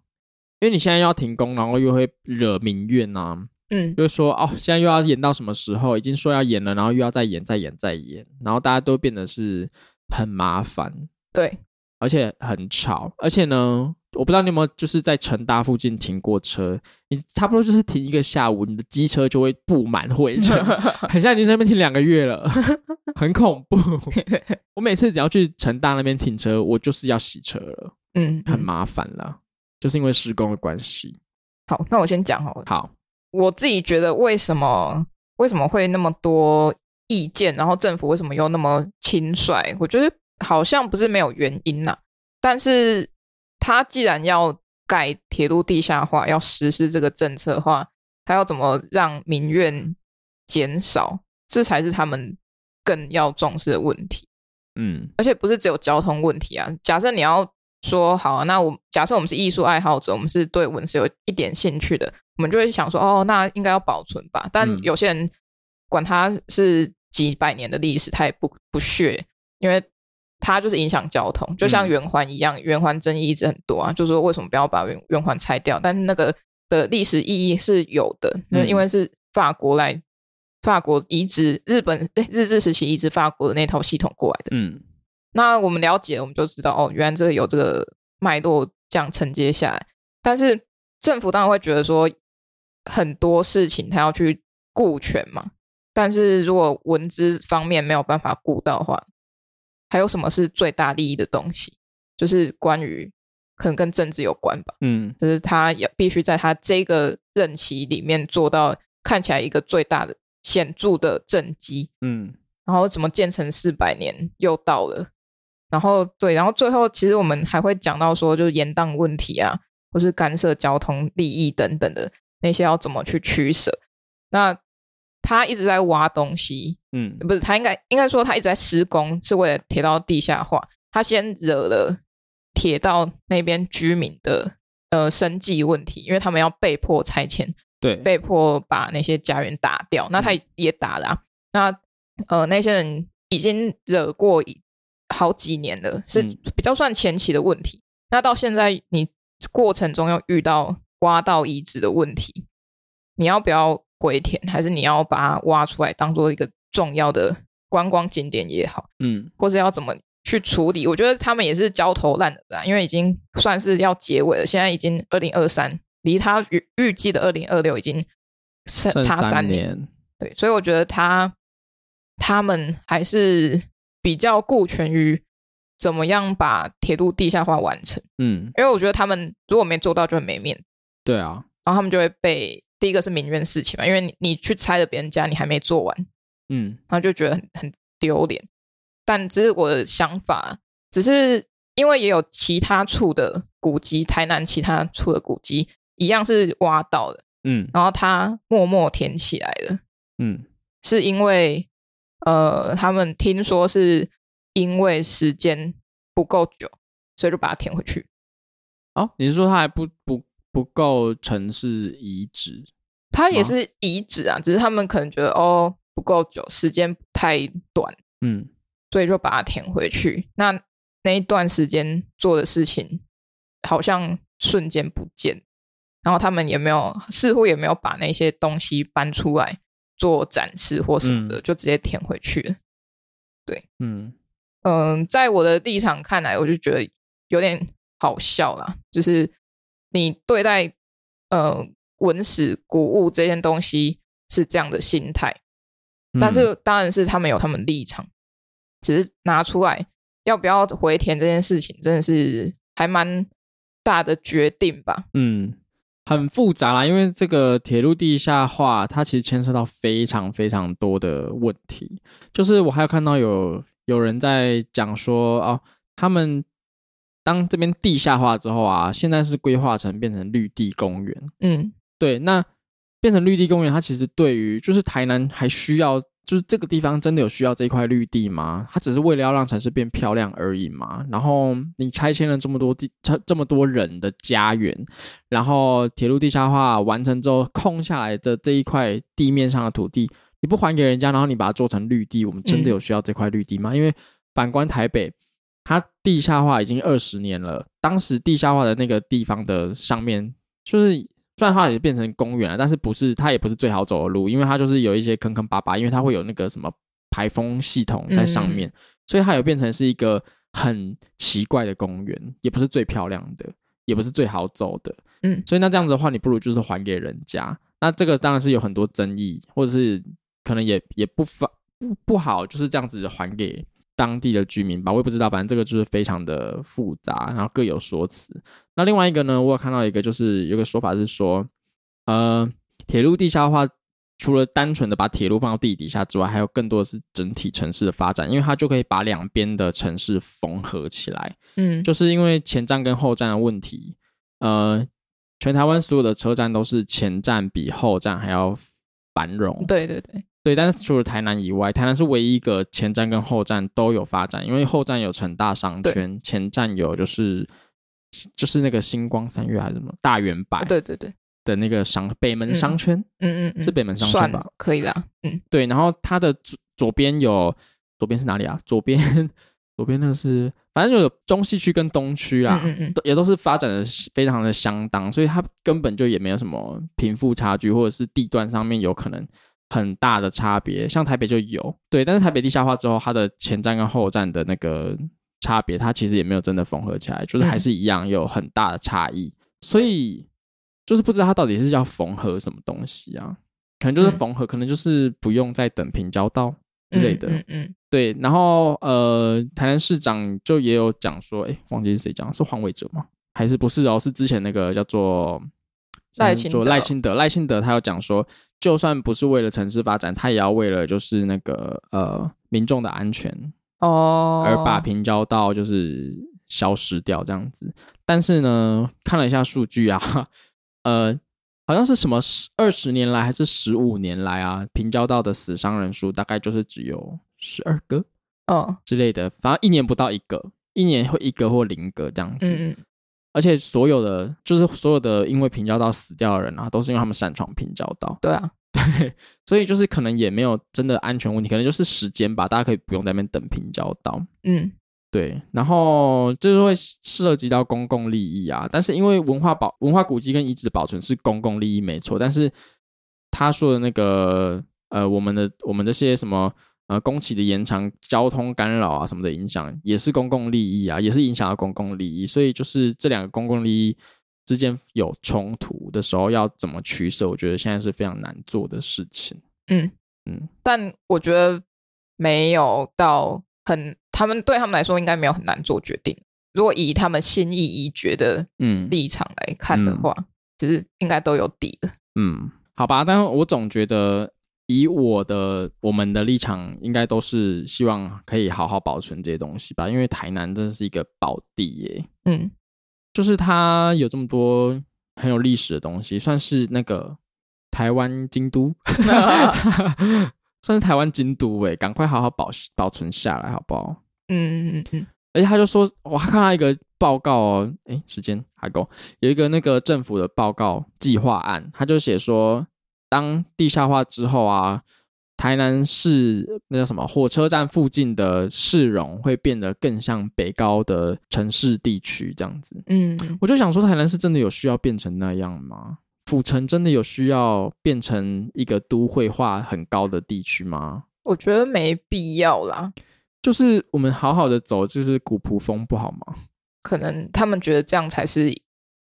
Speaker 2: 因为你现在要停工，然后又会惹民怨呐、啊，
Speaker 1: 嗯
Speaker 2: 就是说哦，现在又要延到什么时候？已经说要延了，然后又要再延、再延、再延，然后大家都变得是很麻烦，
Speaker 1: 对，
Speaker 2: 而且很吵，而且呢。我不知道你有没有就是在成大附近停过车，你差不多就是停一个下午，你的机车就会布满灰
Speaker 1: *laughs*
Speaker 2: 尘，很像已经在那边停两个月了，很恐怖。我每次只要去成大那边停车，我就是要洗车了，
Speaker 1: 嗯，
Speaker 2: 很
Speaker 1: 嗯
Speaker 2: 麻烦啦，就是因为施工的关系。
Speaker 1: 好，那我先讲好了。
Speaker 2: 好，
Speaker 1: 我自己觉得为什么为什么会那么多意见，然后政府为什么又那么轻率？我觉得好像不是没有原因啦、但是他既然要盖铁路地下化，要实施这个政策的话，他要怎么让民怨减少？这才是他们更要重视的问题。
Speaker 2: 嗯
Speaker 1: 而且不是只有交通问题啊。假设你要说好、啊，那我假设我们是艺术爱好者，我们是对文史有一点兴趣的，我们就会想说，哦，那应该要保存吧。但
Speaker 2: 嗯
Speaker 1: 有些人管它是几百年的历史，他也不不屑，因为它就是影响交通，就像
Speaker 2: 嗯
Speaker 1: 圆环一样，圆环争议一直很多啊，就说为什么不要把圆圆环拆掉？但是那个的历史意义是有的，那
Speaker 2: 嗯
Speaker 1: 因为是法国来。法国移植日本诶日治时期移植法国的那套系统过来的，
Speaker 2: 嗯
Speaker 1: 那我们了解，我们就知道哦，原来这个有这个脉络这样承接下来。但是政府当然会觉得说，很多事情他要去顾全嘛。但是如果文资方面没有办法顾到的话，还有什么是最大利益的东西？就是关于可能跟政治有关吧，
Speaker 2: 嗯
Speaker 1: 就是他要必须在他这个任期里面做到看起来一个最大的显著的政绩，
Speaker 2: 嗯
Speaker 1: 然后怎么建成四百年又到了，然后对，然后最后其实我们还会讲到说，就是延宕问题啊，或是干涉交通利益等等的那些要怎么去取舍。那他一直在挖东西，
Speaker 2: 嗯
Speaker 1: 不是他应该应该说他一直在施工，是为了铁道地下化。他先惹了铁道那边居民的呃生计问题，因为他们要被迫拆迁，
Speaker 2: 对，
Speaker 1: 被迫把那些家园打掉。那他也也打了啊、那呃那些人已经惹过一好几年了，是
Speaker 2: 嗯
Speaker 1: 比较算前期的问题。那到现在你过程中又遇到挖到遗址的问题，你要不要回填，还是你要把它挖出来当做一个重要的观光景点也好？
Speaker 2: 嗯
Speaker 1: 或是要怎么去处理。我觉得他们也是焦头烂额啊，因为已经算是要结尾了，现在已经二零二三，离他预预计的二零二六已经差
Speaker 2: 剩
Speaker 1: 差
Speaker 2: 三
Speaker 1: 年，
Speaker 2: 年，
Speaker 1: 对，所以我觉得他他们还是比较顾全于怎么样把铁路地下化完成，
Speaker 2: 嗯，
Speaker 1: 因为我觉得他们如果没做到就很没面子，
Speaker 2: 对啊，
Speaker 1: 然后他们就会被第一个是民怨事情嘛，因为你你去拆了别人家，你还没做完，
Speaker 2: 嗯
Speaker 1: 然后就觉得很很丢脸。但只是我的想法，只是因为也有其他处的古迹，台南其他处的古迹一样是挖到的，
Speaker 2: 嗯
Speaker 1: 然后它默默填起来了，
Speaker 2: 嗯
Speaker 1: 是因为呃，他们听说是因为时间不够久，所以就把它填回去。
Speaker 2: 哦，你是说它还不不不够城市遗址？
Speaker 1: 它也
Speaker 2: 吗
Speaker 1: 是遗址啊，只是他们可能觉得哦不够久，时间太短，
Speaker 2: 嗯
Speaker 1: 所以就把它填回去。那那一段时间做的事情，好像瞬间不见，然后他们也没有，似乎也没有把那些东西搬出来做展示或什么的，就直接填回去了。
Speaker 2: 嗯
Speaker 1: 嗯，在我的立场看来，我就觉得有点好笑啦，就是你对待呃文史古物这件东西是这样的心态，
Speaker 2: 嗯
Speaker 1: 但是当然是他们有他们立场，只是拿出来要不要回填这件事情，真的是还蛮大的决定吧。
Speaker 2: 嗯，很复杂啦，因为这个铁路地下化，它其实牵涉到非常非常多的问题。就是我还有看到有有人在讲说，哦，他们当这边地下化之后啊，现在是规划成变成绿地公园。
Speaker 1: 嗯
Speaker 2: 对，那变成绿地公园，它其实对于就是台南还需要，就是这个地方真的有需要这一块绿地吗？它只是为了要让城市变漂亮而已嘛。然后你拆迁了这么多地，这这么多人的家园，然后铁路地下化完成之后，空下来的这一块地面上的土地，你不还给人家，然后你把它做成绿地，我们真的有需要这块绿地吗？因为反观台北。它地下化已经二十年了，当时地下化的那个地方的上面，就是虽然它也变成公园了，但是不是它也不是最好走的路，因为它就是有一些坑坑巴巴，因为它会有那个什么排风系统在上面，所以它有变成是一个很奇怪的公园，也不是最漂亮的，也不是最好走的。
Speaker 1: 嗯
Speaker 2: 所以那这样子的话，你不如就是还给人家。那这个当然是有很多争议，或者是可能也也不法不不好，就是这样子还给当地的居民吧。我也不知道，反正这个就是非常的复杂，然后各有说辞。那另外一个呢，我有看到一个就是有个说法是说，呃，铁路地下化除了单纯的把铁路放到地底下之外，还有更多的是整体城市的发展，因为它就可以把两边的城市缝合起来。
Speaker 1: 嗯，
Speaker 2: 就是因为前站跟后站的问题，呃，全台湾所有的车站都是前站比后站还要繁荣。
Speaker 1: 对对对，
Speaker 2: 对，但是除了台南以外，台南是唯一一个前站跟后站都有发展，因为后站有成大商圈，前站有就是就是那个星光三月还是什么大圆百
Speaker 1: 对对对，
Speaker 2: 的那个商北门商圈，
Speaker 1: 嗯嗯嗯，
Speaker 2: 是北门商
Speaker 1: 算
Speaker 2: 圈吧？
Speaker 1: 可以啦，嗯
Speaker 2: 对，然后它的左左边有左边是哪里啊？左边 *laughs* 左边那个是反正就有中西区跟东区啦，
Speaker 1: 嗯嗯嗯，
Speaker 2: 都也都是发展的非常的相当，所以它根本就也没有什么贫富差距，或者是地段上面有可能很大的差别。像台北就有，对，但是台北地下化之后，它的前站跟后站的那个差别，它其实也没有真的缝合起来，就是
Speaker 1: 嗯
Speaker 2: 还是一样有很大的差异。所以就是不知道它到底是要缝合什么东西啊？可能就是
Speaker 1: 嗯
Speaker 2: 缝合，可能就是不用再等平交道之类的。
Speaker 1: 嗯嗯
Speaker 2: 对，然后呃，台南市长就也有讲说，哎，忘记是谁讲，是黄伟哲吗？还是不是哦？是之前那个叫做
Speaker 1: 赖清德
Speaker 2: 叫做赖清德，赖清德他有讲说，就算不是为了城市发展，他也要为了就是那个呃民众的安全，
Speaker 1: 哦，
Speaker 2: 而把平交道就是消失掉这样子。但是呢，看了一下数据啊，呃，好像是什么十二十年来还是十五年来啊，平交道的死伤人数大概就是只有十二个
Speaker 1: 嗯
Speaker 2: 之类的，反正一年不到一个，一年会一个或零个这样子。
Speaker 1: 嗯嗯，
Speaker 2: 而且所有的就是所有的因为平交道死掉的人啊，都是因为他们擅闯平交道，
Speaker 1: 对啊，
Speaker 2: 所以就是可能也没有真的安全问题，可能就是时间吧，大家可以不用在那边等平交道。
Speaker 1: 嗯
Speaker 2: 对，然后就是会涉及到公共利益啊，但是因为文化保文化古迹跟遗址保存是公共利益没错，但是他说的那个呃，我们的我们这些什么呃工期的延长、交通干扰啊什么的影响，也是公共利益啊，也是影响到公共利益，所以就是这两个公共利益之间有冲突的时候，要怎么取舍，我觉得现在是非常难做的事情。
Speaker 1: 嗯
Speaker 2: 嗯
Speaker 1: 嗯，但我觉得没有到很，他们对他们来说应该没有很难做决定。如果以他们心意已决的
Speaker 2: 嗯，
Speaker 1: 立场来看的
Speaker 2: 嗯
Speaker 1: 话，其实应该都有底了。
Speaker 2: 嗯，好吧，但我总觉得以我的我们的立场，应该都是希望可以好好保存这些东西吧，因为台南真的是一个宝地耶， *laughs*
Speaker 1: 嗯
Speaker 2: 就是它有这么多很有历史的东西，算是那个台湾京都，
Speaker 1: 嗯
Speaker 2: 算是台湾京都哎，赶快好好保保存下来好不好？
Speaker 1: 嗯嗯嗯
Speaker 2: 而且他就说，我还看到一个报告哦，诶，时间还够，有一个那个政府的报告计划案，他就写说，当地下化之后啊，台南市那叫什么火车站附近的市容会变得更像北高的城市地区这样子。
Speaker 1: 嗯嗯，
Speaker 2: 我就想说，台南是真的有需要变成那样吗？府城真的有需要变成一个都会化很高的地区吗？
Speaker 1: 我觉得没必要啦。
Speaker 2: 就是我们好好的走，就是古朴风不好吗？
Speaker 1: 可能他们觉得这样才是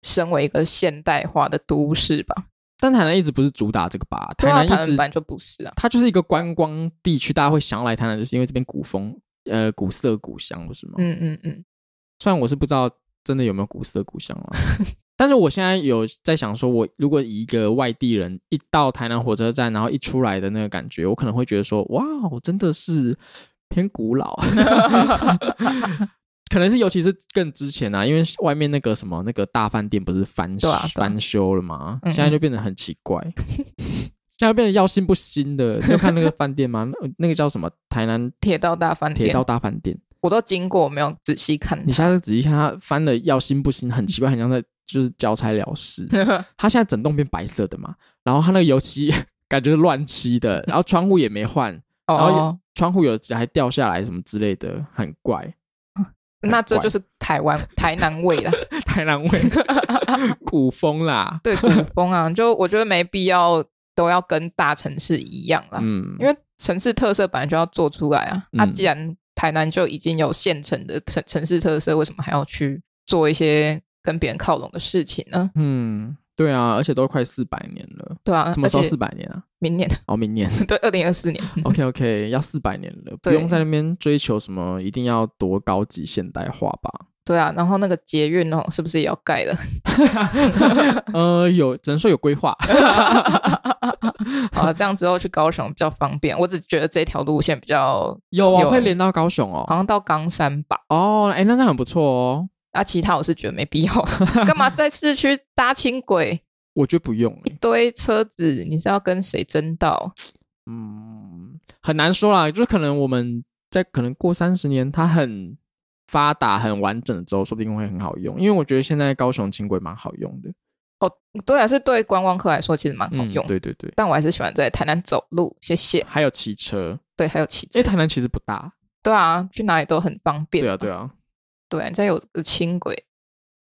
Speaker 1: 身为一个现代化的都市吧。
Speaker 2: 但台南一直不是主打这个吧？
Speaker 1: 对
Speaker 2: 台
Speaker 1: 啊
Speaker 2: 南
Speaker 1: 台
Speaker 2: 一
Speaker 1: 湾
Speaker 2: 直
Speaker 1: 本来就不是啊。
Speaker 2: 它就是一个观光地区，大家会想要来台南，就是因为这边古风、呃古色古香，不是吗？
Speaker 1: 嗯嗯嗯
Speaker 2: 虽然我是不知道真的有没有古色古香了，但是我现在有在想说，我如果以一个外地人一到台南火车站，然后一出来的那个感觉，我可能会觉得说，哇，我真的是偏
Speaker 1: *laughs*
Speaker 2: 古老，可能是尤其是更之前啊，因为外面那个什么那个大饭店不是翻
Speaker 1: 对啊对啊
Speaker 2: 翻修了吗？
Speaker 1: 嗯嗯
Speaker 2: 现在就变得很奇怪。现在变得要新不新的，你有看那个饭店吗？那那个叫什么？台南
Speaker 1: 铁道大饭
Speaker 2: 铁
Speaker 1: 店
Speaker 2: 道，大饭店。
Speaker 1: 我都经过，我没有仔细看 *laughs*
Speaker 2: 你。下次仔细看，它翻的要新不新，很奇怪，很像在就是交差了
Speaker 1: *laughs*
Speaker 2: 事。
Speaker 1: 哦
Speaker 2: 它现在整栋变白色的嘛，然后它那个油漆 *laughs* 感觉是乱漆的，然后窗户也没换，然后
Speaker 1: 哦，
Speaker 2: 窗户有还掉下来什么之类的，很怪。很
Speaker 1: 那这
Speaker 2: 怪
Speaker 1: 就是台湾台南味啦，
Speaker 2: 台南味， *laughs* 古
Speaker 1: *laughs*
Speaker 2: 风啦，
Speaker 1: 对古风啊，就我觉得没必要都要跟大城市一样啦，
Speaker 2: 嗯，
Speaker 1: 啊因为城市特色本来就要做出来啊。那、
Speaker 2: 嗯
Speaker 1: 既然台南就已经有现成的城城市特色，为什么还要去做一些跟别人靠拢的事情呢？
Speaker 2: 嗯，对啊，而且都快四百年了，
Speaker 1: 对啊，
Speaker 2: 什么时候
Speaker 1: 而且
Speaker 2: 四百年啊？
Speaker 1: 明年
Speaker 2: 哦，明年。
Speaker 1: 对，二零二四年。
Speaker 2: OK OK，要四百年了，不
Speaker 1: 对
Speaker 2: 用在那边追求什么一定要多高级现代化吧？ *laughs*
Speaker 1: 对啊，然后那个捷运哦，是不是也要盖了？
Speaker 2: 呃，有只能说有规划。 *laughs*
Speaker 1: 啊，这样之后去高雄比较方便。我只觉得这条路线比较，
Speaker 2: 有啊，
Speaker 1: 有
Speaker 2: 会
Speaker 1: 欸
Speaker 2: 连到高雄
Speaker 1: 好
Speaker 2: 哦。
Speaker 1: 像到冈山吧。
Speaker 2: 哦，哎，那这样很不错哦。
Speaker 1: 啊，其他我是觉得没必要， *laughs* 干嘛在市区搭轻轨
Speaker 2: 我觉得不用欸、
Speaker 1: 一堆车子？你是要跟谁争道？
Speaker 2: 嗯，很难说啦。就是可能我们在可能过三十年，它很发达、很完整之后，说不定会很好用。因为我觉得现在高雄轻轨蛮好用的，
Speaker 1: 对啊，是对观光客来说其实蛮好
Speaker 2: 嗯，
Speaker 1: 用，
Speaker 2: 对对对，
Speaker 1: 但我还是喜欢在台南走路。谢谢。
Speaker 2: 还有骑车，
Speaker 1: 对，还有骑
Speaker 2: 因为
Speaker 1: 车。
Speaker 2: 台南其实不大。
Speaker 1: 对啊，去哪里都很方便。
Speaker 2: 对啊，对啊，
Speaker 1: 对啊，你再有个轻轨，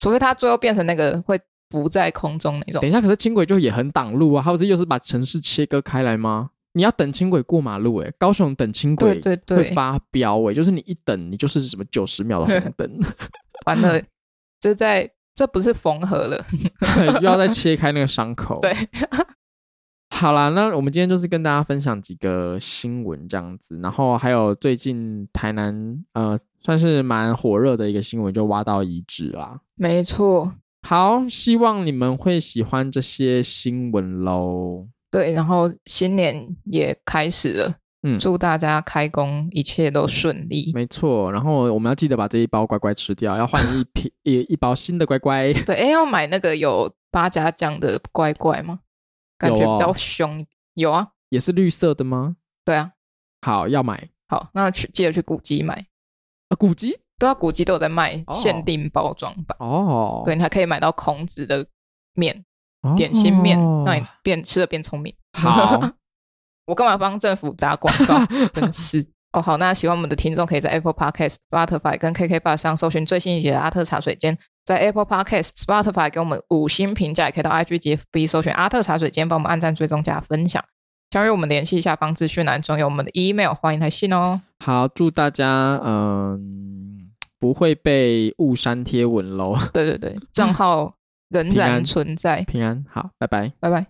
Speaker 1: 除非它最后变成那个会浮在空中那种
Speaker 2: 等。一下，可是轻轨就也很挡路啊，它不是又是把城市切割开来吗？你要等轻轨过马路、欸，高雄等轻轨
Speaker 1: 对对
Speaker 2: 会
Speaker 1: 对，
Speaker 2: 发飙、欸，就是你一等，你就是什么九十秒的红
Speaker 1: *laughs*
Speaker 2: 灯。 *laughs*
Speaker 1: 完了，这在这不是缝合了。
Speaker 2: 又要再切开那个伤口。
Speaker 1: 对，
Speaker 2: 好啦，那我们今天就是跟大家分享几个新闻这样子，然后还有最近台南呃算是蛮火热的一个新闻，就挖到遗址啦。
Speaker 1: *laughs* 没错，
Speaker 2: 好，希望你们会喜欢这些新闻喽。
Speaker 1: 对，然后新年也开始了，
Speaker 2: 嗯
Speaker 1: 祝大家开工一切都顺利。
Speaker 2: 没错，然后我们要记得把这一包乖乖吃掉，要换一
Speaker 1: *laughs*
Speaker 2: 瓶一一包新的乖乖。
Speaker 1: 对，哎，要买那个有八家酱的乖乖吗？感觉
Speaker 2: 有哦
Speaker 1: 比较凶。有啊，
Speaker 2: 也是绿色的吗？
Speaker 1: 对啊。
Speaker 2: 好，要买
Speaker 1: 好，那去记得去古迹买，
Speaker 2: 啊，古籍
Speaker 1: 对啊，古迹都有在卖
Speaker 2: 哦
Speaker 1: 限定包装版，
Speaker 2: 哦，
Speaker 1: 对，你还可以买到孔子的面
Speaker 2: 哦
Speaker 1: 点心面，让你变吃的变聪明。
Speaker 2: 好，
Speaker 1: *laughs* 我干嘛帮政府打广告？真是。哦，好，那喜欢我们的听众可以在 Apple Podcast、Spotify 跟 KK b o x 上搜寻最新一集的阿特茶水间，在 Apple Podcast、Spotify 给我们五星评价，也可以到 IG 及 FB 搜寻阿特茶水间，帮我们按赞、追踪、加分享。想与我们联系，下方资讯栏中有我们的 email，欢迎来信哦。
Speaker 2: 好，祝大家嗯、不会被误删贴文喽，
Speaker 1: 对对对，账号仍
Speaker 2: 平安
Speaker 1: 然存在。
Speaker 2: 平安，好，拜拜。
Speaker 1: 拜拜。